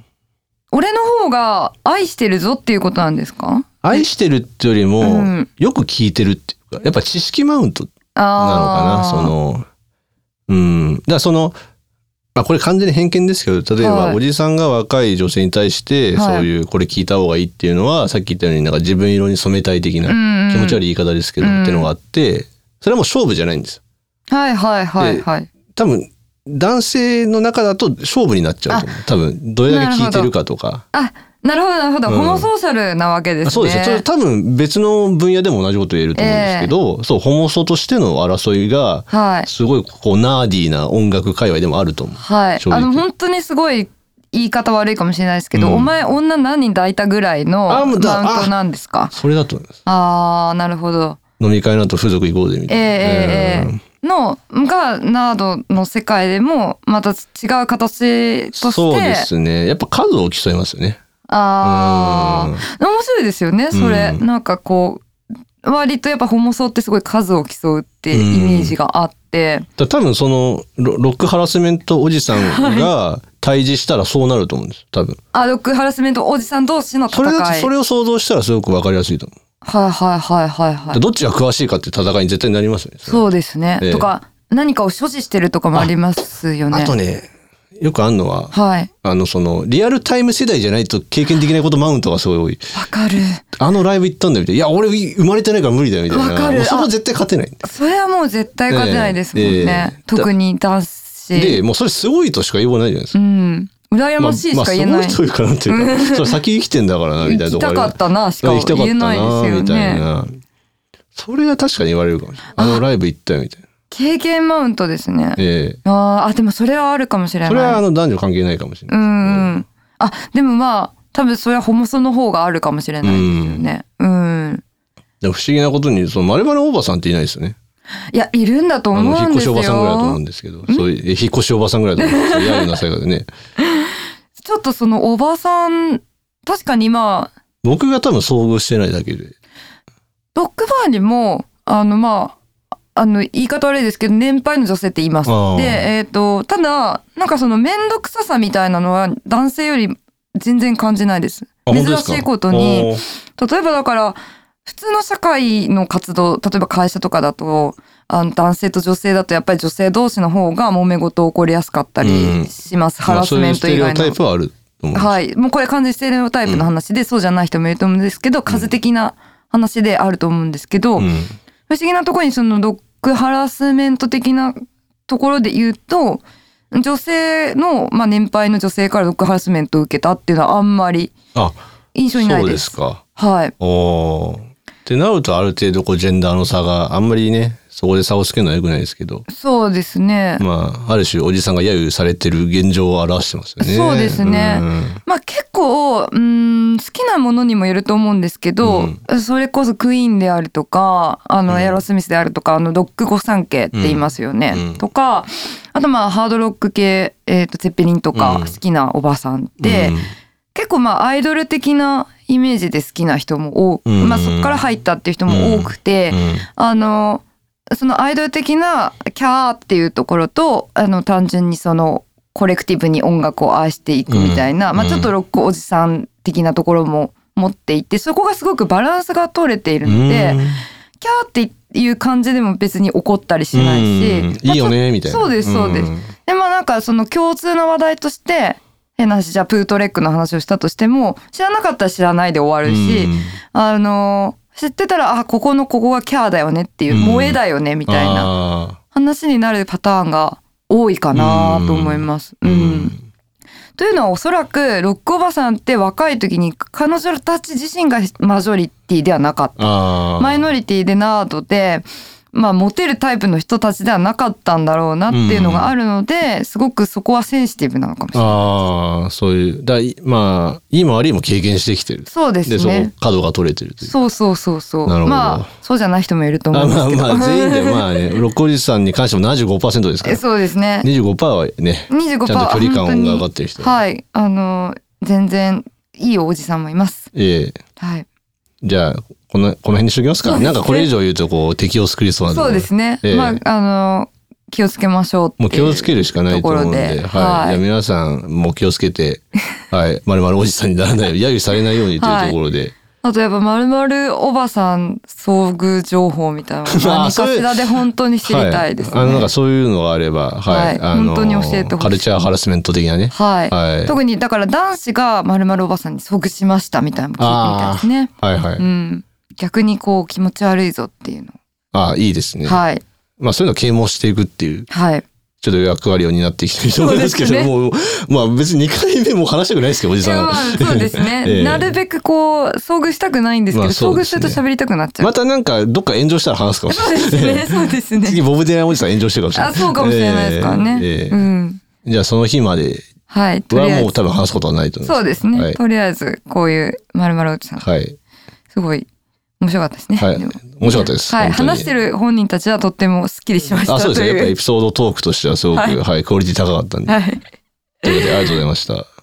Speaker 2: 俺の方が愛してるぞっていうことなんですか
Speaker 1: れない。愛してるってよりも、
Speaker 2: うん
Speaker 1: よく聞いてるっていうか、やっぱ知識マウントなのか
Speaker 2: あ
Speaker 1: な、
Speaker 2: あ。
Speaker 1: その、うん。だからその、まあこれ完全に偏見ですけど、例えば、
Speaker 2: はい
Speaker 1: おじさんが若い女性に対して、
Speaker 2: はい
Speaker 1: そういう、これ聞いた方がいいっていうのは、さっき言ったようになんか自分色に染めたい的な、
Speaker 2: うんうん
Speaker 1: 気持ち悪い言い方ですけど、
Speaker 2: うん
Speaker 1: っていうのがあって、それはもう勝負じゃないんですよ。
Speaker 2: はいはいはいはい。
Speaker 1: 多分、男性の中だと勝負になっちゃうと思う。多分、どれだけ聞いてるかとか。
Speaker 2: あ、なるほどなるほど。
Speaker 1: うん
Speaker 2: ホモソーシャルなわけですね。
Speaker 1: あそうですよ。それ多分別の分野でも同じこと言えると思うんですけど、そう、ホモソとしての争いが、
Speaker 2: はい。
Speaker 1: すごいこう、ナーディーな音楽界隈でもあると思う。
Speaker 2: はい。
Speaker 1: 正直
Speaker 2: あの、本当にすごい言い方悪いかもしれないですけど、
Speaker 1: うん
Speaker 2: お前女何人抱いたぐらいのマ
Speaker 1: あ
Speaker 2: ウン
Speaker 1: もう
Speaker 2: ト
Speaker 1: だ
Speaker 2: なんですか
Speaker 1: それだと思います。
Speaker 2: ああ、なるほど。
Speaker 1: 飲み会の後風俗行こうぜみ
Speaker 2: え
Speaker 1: たい
Speaker 2: え
Speaker 1: な。
Speaker 2: ええええの、が、ナードの世界でも、また違う形として、
Speaker 1: そうですね。やっぱ数を競いますよね。
Speaker 2: ああ、面白いですよね、それ。
Speaker 1: うん
Speaker 2: なんかこう、割とやっぱホモソってすごい数を競うってイメージがあって、
Speaker 1: だから多分そのロロックハラスメントおじさんが対峙したらそうなると思うんです。多分。
Speaker 2: あ、ロックハラスメントおじさん同士の
Speaker 1: そ
Speaker 2: 戦
Speaker 1: れだ
Speaker 2: い。
Speaker 1: それを想像したらすごくわかりやすいと思う。
Speaker 2: はいはいはいはいはい。
Speaker 1: どっちが詳しいかって戦いに絶対になりますよね。それ
Speaker 2: そうですね。
Speaker 1: ええ
Speaker 2: とか、何かを所持してるとかもありますよね。
Speaker 1: あとね、よくあんのは、
Speaker 2: はい。
Speaker 1: あのそのリアルタイム世代じゃないと経験できないことマウントがすごい多い。
Speaker 2: わかる。
Speaker 1: あのライブ行ったんだみたいな。いや、俺生まれてないから無理だよみたいな。
Speaker 2: わかる
Speaker 1: もうそこ
Speaker 2: あ
Speaker 1: 絶対勝てない。
Speaker 2: それはもう絶対勝てないですもん
Speaker 1: ええ
Speaker 2: ね。
Speaker 1: ええ
Speaker 2: 特に男
Speaker 1: で、
Speaker 2: 子。
Speaker 1: もうそれすごいとしか言わないじゃないですか
Speaker 2: うん。羨ましいしか言えない。
Speaker 1: まあ、すごいというかなんていうか それ先生きてんだからなみたいなと
Speaker 2: 行き
Speaker 1: こ
Speaker 2: たかったなしか
Speaker 1: 行きたかっ
Speaker 2: 言え
Speaker 1: た
Speaker 2: ないですよ
Speaker 1: みたい
Speaker 2: ね。
Speaker 1: なそれは確かに言われるかもしれないあのライブ行ったよみたいな
Speaker 2: 経験マウントですね。
Speaker 1: ええ
Speaker 2: あーあ、でもそれはあるかもしれない。
Speaker 1: それはあの男女関係ないかもしれ
Speaker 2: う
Speaker 1: ない
Speaker 2: んうん。あ、でもまあ、多分それはホモソの方があるかもしれないですよね。うん。
Speaker 1: でも不思議なことにその丸々おばさんっていないですよね
Speaker 2: いや、いるんだと
Speaker 1: あ
Speaker 2: 思
Speaker 1: の引
Speaker 2: う
Speaker 1: っ
Speaker 2: んで
Speaker 1: 越
Speaker 2: す
Speaker 1: し
Speaker 2: よ。
Speaker 1: おばさんぐらいだと思うんですけどそういうえ引っ越しおばさんぐらいだと思うんですよリアルな世界でね
Speaker 2: ちょっとそのおばさん、確かに今、
Speaker 1: 僕が多分遭遇してないだけで
Speaker 2: ロックバーにも、あの、まあ、あの、言い方悪いですけど、年配の女性って言います。
Speaker 1: ああ
Speaker 2: で、えっ、と、ただ、なんかその面倒くささみたいなのは男性より全然感じないです。
Speaker 1: あ本当
Speaker 2: 珍
Speaker 1: です
Speaker 2: し
Speaker 1: か
Speaker 2: いことに、
Speaker 1: あ
Speaker 2: 例えばだから、普通の社会の活動、例えば会社とかだと、あの男性と女性だとやっぱり女性同士の方が揉め事起こりやすかった
Speaker 1: うん
Speaker 2: りします。
Speaker 1: ー
Speaker 2: ハラスメント以
Speaker 1: まあそうい
Speaker 2: 外の
Speaker 1: うステレオタイ。プはあると思うんです
Speaker 2: はい。もうこれ完全にステレオタイプの話で、そうじゃない人もいると思うんですけど、数的な話であると思うんですけど、
Speaker 1: うん
Speaker 2: 不思議なところにそのロックハラスメント的なところで言うと、女性の、まあ年配の女性からロックハラスメントを受けたっていうのはあんまり
Speaker 1: あ
Speaker 2: 印象にな
Speaker 1: そ
Speaker 2: いうで。
Speaker 1: ですすか
Speaker 2: はい。
Speaker 1: おーってなるとある程度こうジェンダーの差があんまりねそこで差をつけるのはよくないですけど
Speaker 2: そうですね。
Speaker 1: まあある種おじさんが揶揄されてる現状を表してますよね。
Speaker 2: そうですね
Speaker 1: うん
Speaker 2: まあ結構、うーん、好きなものにもよると思うんですけど、それこそクイーンであるとか、あの、エアロスミスであるとか、あの、ロック御三家って言いますよね。
Speaker 1: うんうん
Speaker 2: とか、あとまあ、ハードロック系、えっ、と、ゼッペリンと
Speaker 1: うん
Speaker 2: か好きなおばさんって、
Speaker 1: うん
Speaker 2: 結構まあ、アイドル的なイメージで好きな人も多く、
Speaker 1: うん
Speaker 2: まあ、そこから入ったっていう人も多くて、
Speaker 1: うん
Speaker 2: あの、そのアイドル的なキャーっていうところと、あの、単純にその、コレクティブに音楽を愛していくみたい
Speaker 1: う
Speaker 2: な、
Speaker 1: ん
Speaker 2: まあちょっとロックおじさん的なところも持っていて、そこがすごくバランスが取れているので、
Speaker 1: うん
Speaker 2: キャーっていう感じでも別に怒ったりしないし、
Speaker 1: うん
Speaker 2: まあ
Speaker 1: いいよねみたいな。
Speaker 2: そうですそうです
Speaker 1: ん
Speaker 2: でもなんかその共通の話題として、変な話、じゃあプートレックの話をしたとしても、知らなかったら知らないで終わるし、
Speaker 1: うん
Speaker 2: あの、知ってたら、あ、ここのここがキャーだよねってい
Speaker 1: う
Speaker 2: う、
Speaker 1: ん
Speaker 2: 萌えだよねみたいな
Speaker 1: あ
Speaker 2: 話になるパターンが多いかなと思います。
Speaker 1: ー
Speaker 2: う
Speaker 1: うんん
Speaker 2: というのはおそらくロックおばさんって若い時に彼女たち自身がマジョリティではなかった。
Speaker 1: あー
Speaker 2: マイノリティでナードで、まあ、モテるタイプの人たちではなかったんだろうなっていうのがあるので、すごくそこはセンシティブなのかもしれない。
Speaker 1: ああそういうだいまあいいも悪いも経験してきてる
Speaker 2: そうで
Speaker 1: ですその
Speaker 2: ね。
Speaker 1: 角が取れてるという
Speaker 2: そうそうそうそう。
Speaker 1: なるほど
Speaker 2: まあそうじゃない人もいると思
Speaker 1: あ
Speaker 2: うんで
Speaker 1: ますあ
Speaker 2: けど。
Speaker 1: まあ全員でまあ ね六甲さんに関しても75%ですか
Speaker 2: え
Speaker 1: ら
Speaker 2: そうですね。
Speaker 1: 25%はね
Speaker 2: 25%
Speaker 1: ちゃんと距離
Speaker 2: 本当
Speaker 1: 感
Speaker 2: に
Speaker 1: が上がってる人
Speaker 2: はいあの全然いいおじさんもいます。
Speaker 1: ええ
Speaker 2: はい。
Speaker 1: じゃあこのこの辺にしときますか
Speaker 2: そうですね
Speaker 1: なんかこれ以上言うとこう敵を作りそうなん
Speaker 2: そうですね。
Speaker 1: ええ
Speaker 2: まああの気をつけましょうってい
Speaker 1: も
Speaker 2: う。
Speaker 1: う気をつけるしかないと思うん
Speaker 2: とこ
Speaker 1: で、
Speaker 2: ろで
Speaker 1: は。
Speaker 2: はいい
Speaker 1: いや皆さんもう気をつけ て、はい。まるまるおじさんにならないよう、揶揄されないようにというところで。
Speaker 2: あとやっぱまるまるおばさん遭遇情報みたいなの
Speaker 1: あ
Speaker 2: を何
Speaker 1: そ
Speaker 2: か
Speaker 1: れ
Speaker 2: しらで本当に知りたいですね。
Speaker 1: あのなん
Speaker 2: は
Speaker 1: かそういうのがあれば、はい。
Speaker 2: はい
Speaker 1: あの
Speaker 2: 本当に教えてほしい
Speaker 1: カルチャーハラスメント的なね。
Speaker 2: い。
Speaker 1: はい。
Speaker 2: 特にだから男子がまるまるおばさんに即しましたみたいなのも聞いてみたいですね。
Speaker 1: はいはい。
Speaker 2: うん。逆にこう気持ち悪いぞっていうの。
Speaker 1: ああ、いいですね。
Speaker 2: はい
Speaker 1: まあそういうのを啓蒙していくっていう、
Speaker 2: はい。
Speaker 1: ちょっと役割を担ってきてると思いますけど、
Speaker 2: そうですね
Speaker 1: もう、まあ別に2回目も話したくないですけど、おじ
Speaker 2: いや
Speaker 1: さん
Speaker 2: ま
Speaker 1: は。
Speaker 2: あそうです
Speaker 1: え
Speaker 2: ね。
Speaker 1: え
Speaker 2: なるべくこう遭遇したくないんですけど、
Speaker 1: まあそう
Speaker 2: 遭
Speaker 1: で
Speaker 2: 遇
Speaker 1: す
Speaker 2: す
Speaker 1: ね
Speaker 2: ると喋りたくなっちゃ う。
Speaker 1: またなんかどっか炎上したら話すかもしれな
Speaker 2: そう
Speaker 1: い。
Speaker 2: ですね。そうですね。
Speaker 1: 次ボブ・ディランおじさん炎上してるかもしれない。
Speaker 2: あ、そうかもしれないですからね。
Speaker 1: ええええ
Speaker 2: うん。
Speaker 1: じゃあその日まで
Speaker 2: はい。とりあ
Speaker 1: は
Speaker 2: え
Speaker 1: もう
Speaker 2: ず。
Speaker 1: 多分話すことはないと思います。
Speaker 2: そうですね。
Speaker 1: はい
Speaker 2: とりあえず、こういうまるまるおじさん、
Speaker 1: はい。
Speaker 2: すごい面白かったですね。
Speaker 1: はい
Speaker 2: でも
Speaker 1: 面白かったです
Speaker 2: はい。
Speaker 1: 本当に
Speaker 2: 話してる本人たちはとってもスッキリしました。
Speaker 1: あ、そうですね。
Speaker 2: と
Speaker 1: やっぱ
Speaker 2: い
Speaker 1: エピソードトークとしてはすごく、は、
Speaker 2: はいい
Speaker 1: クオリティ高かったんで。
Speaker 2: はい。
Speaker 1: ということで、ありがとうございました。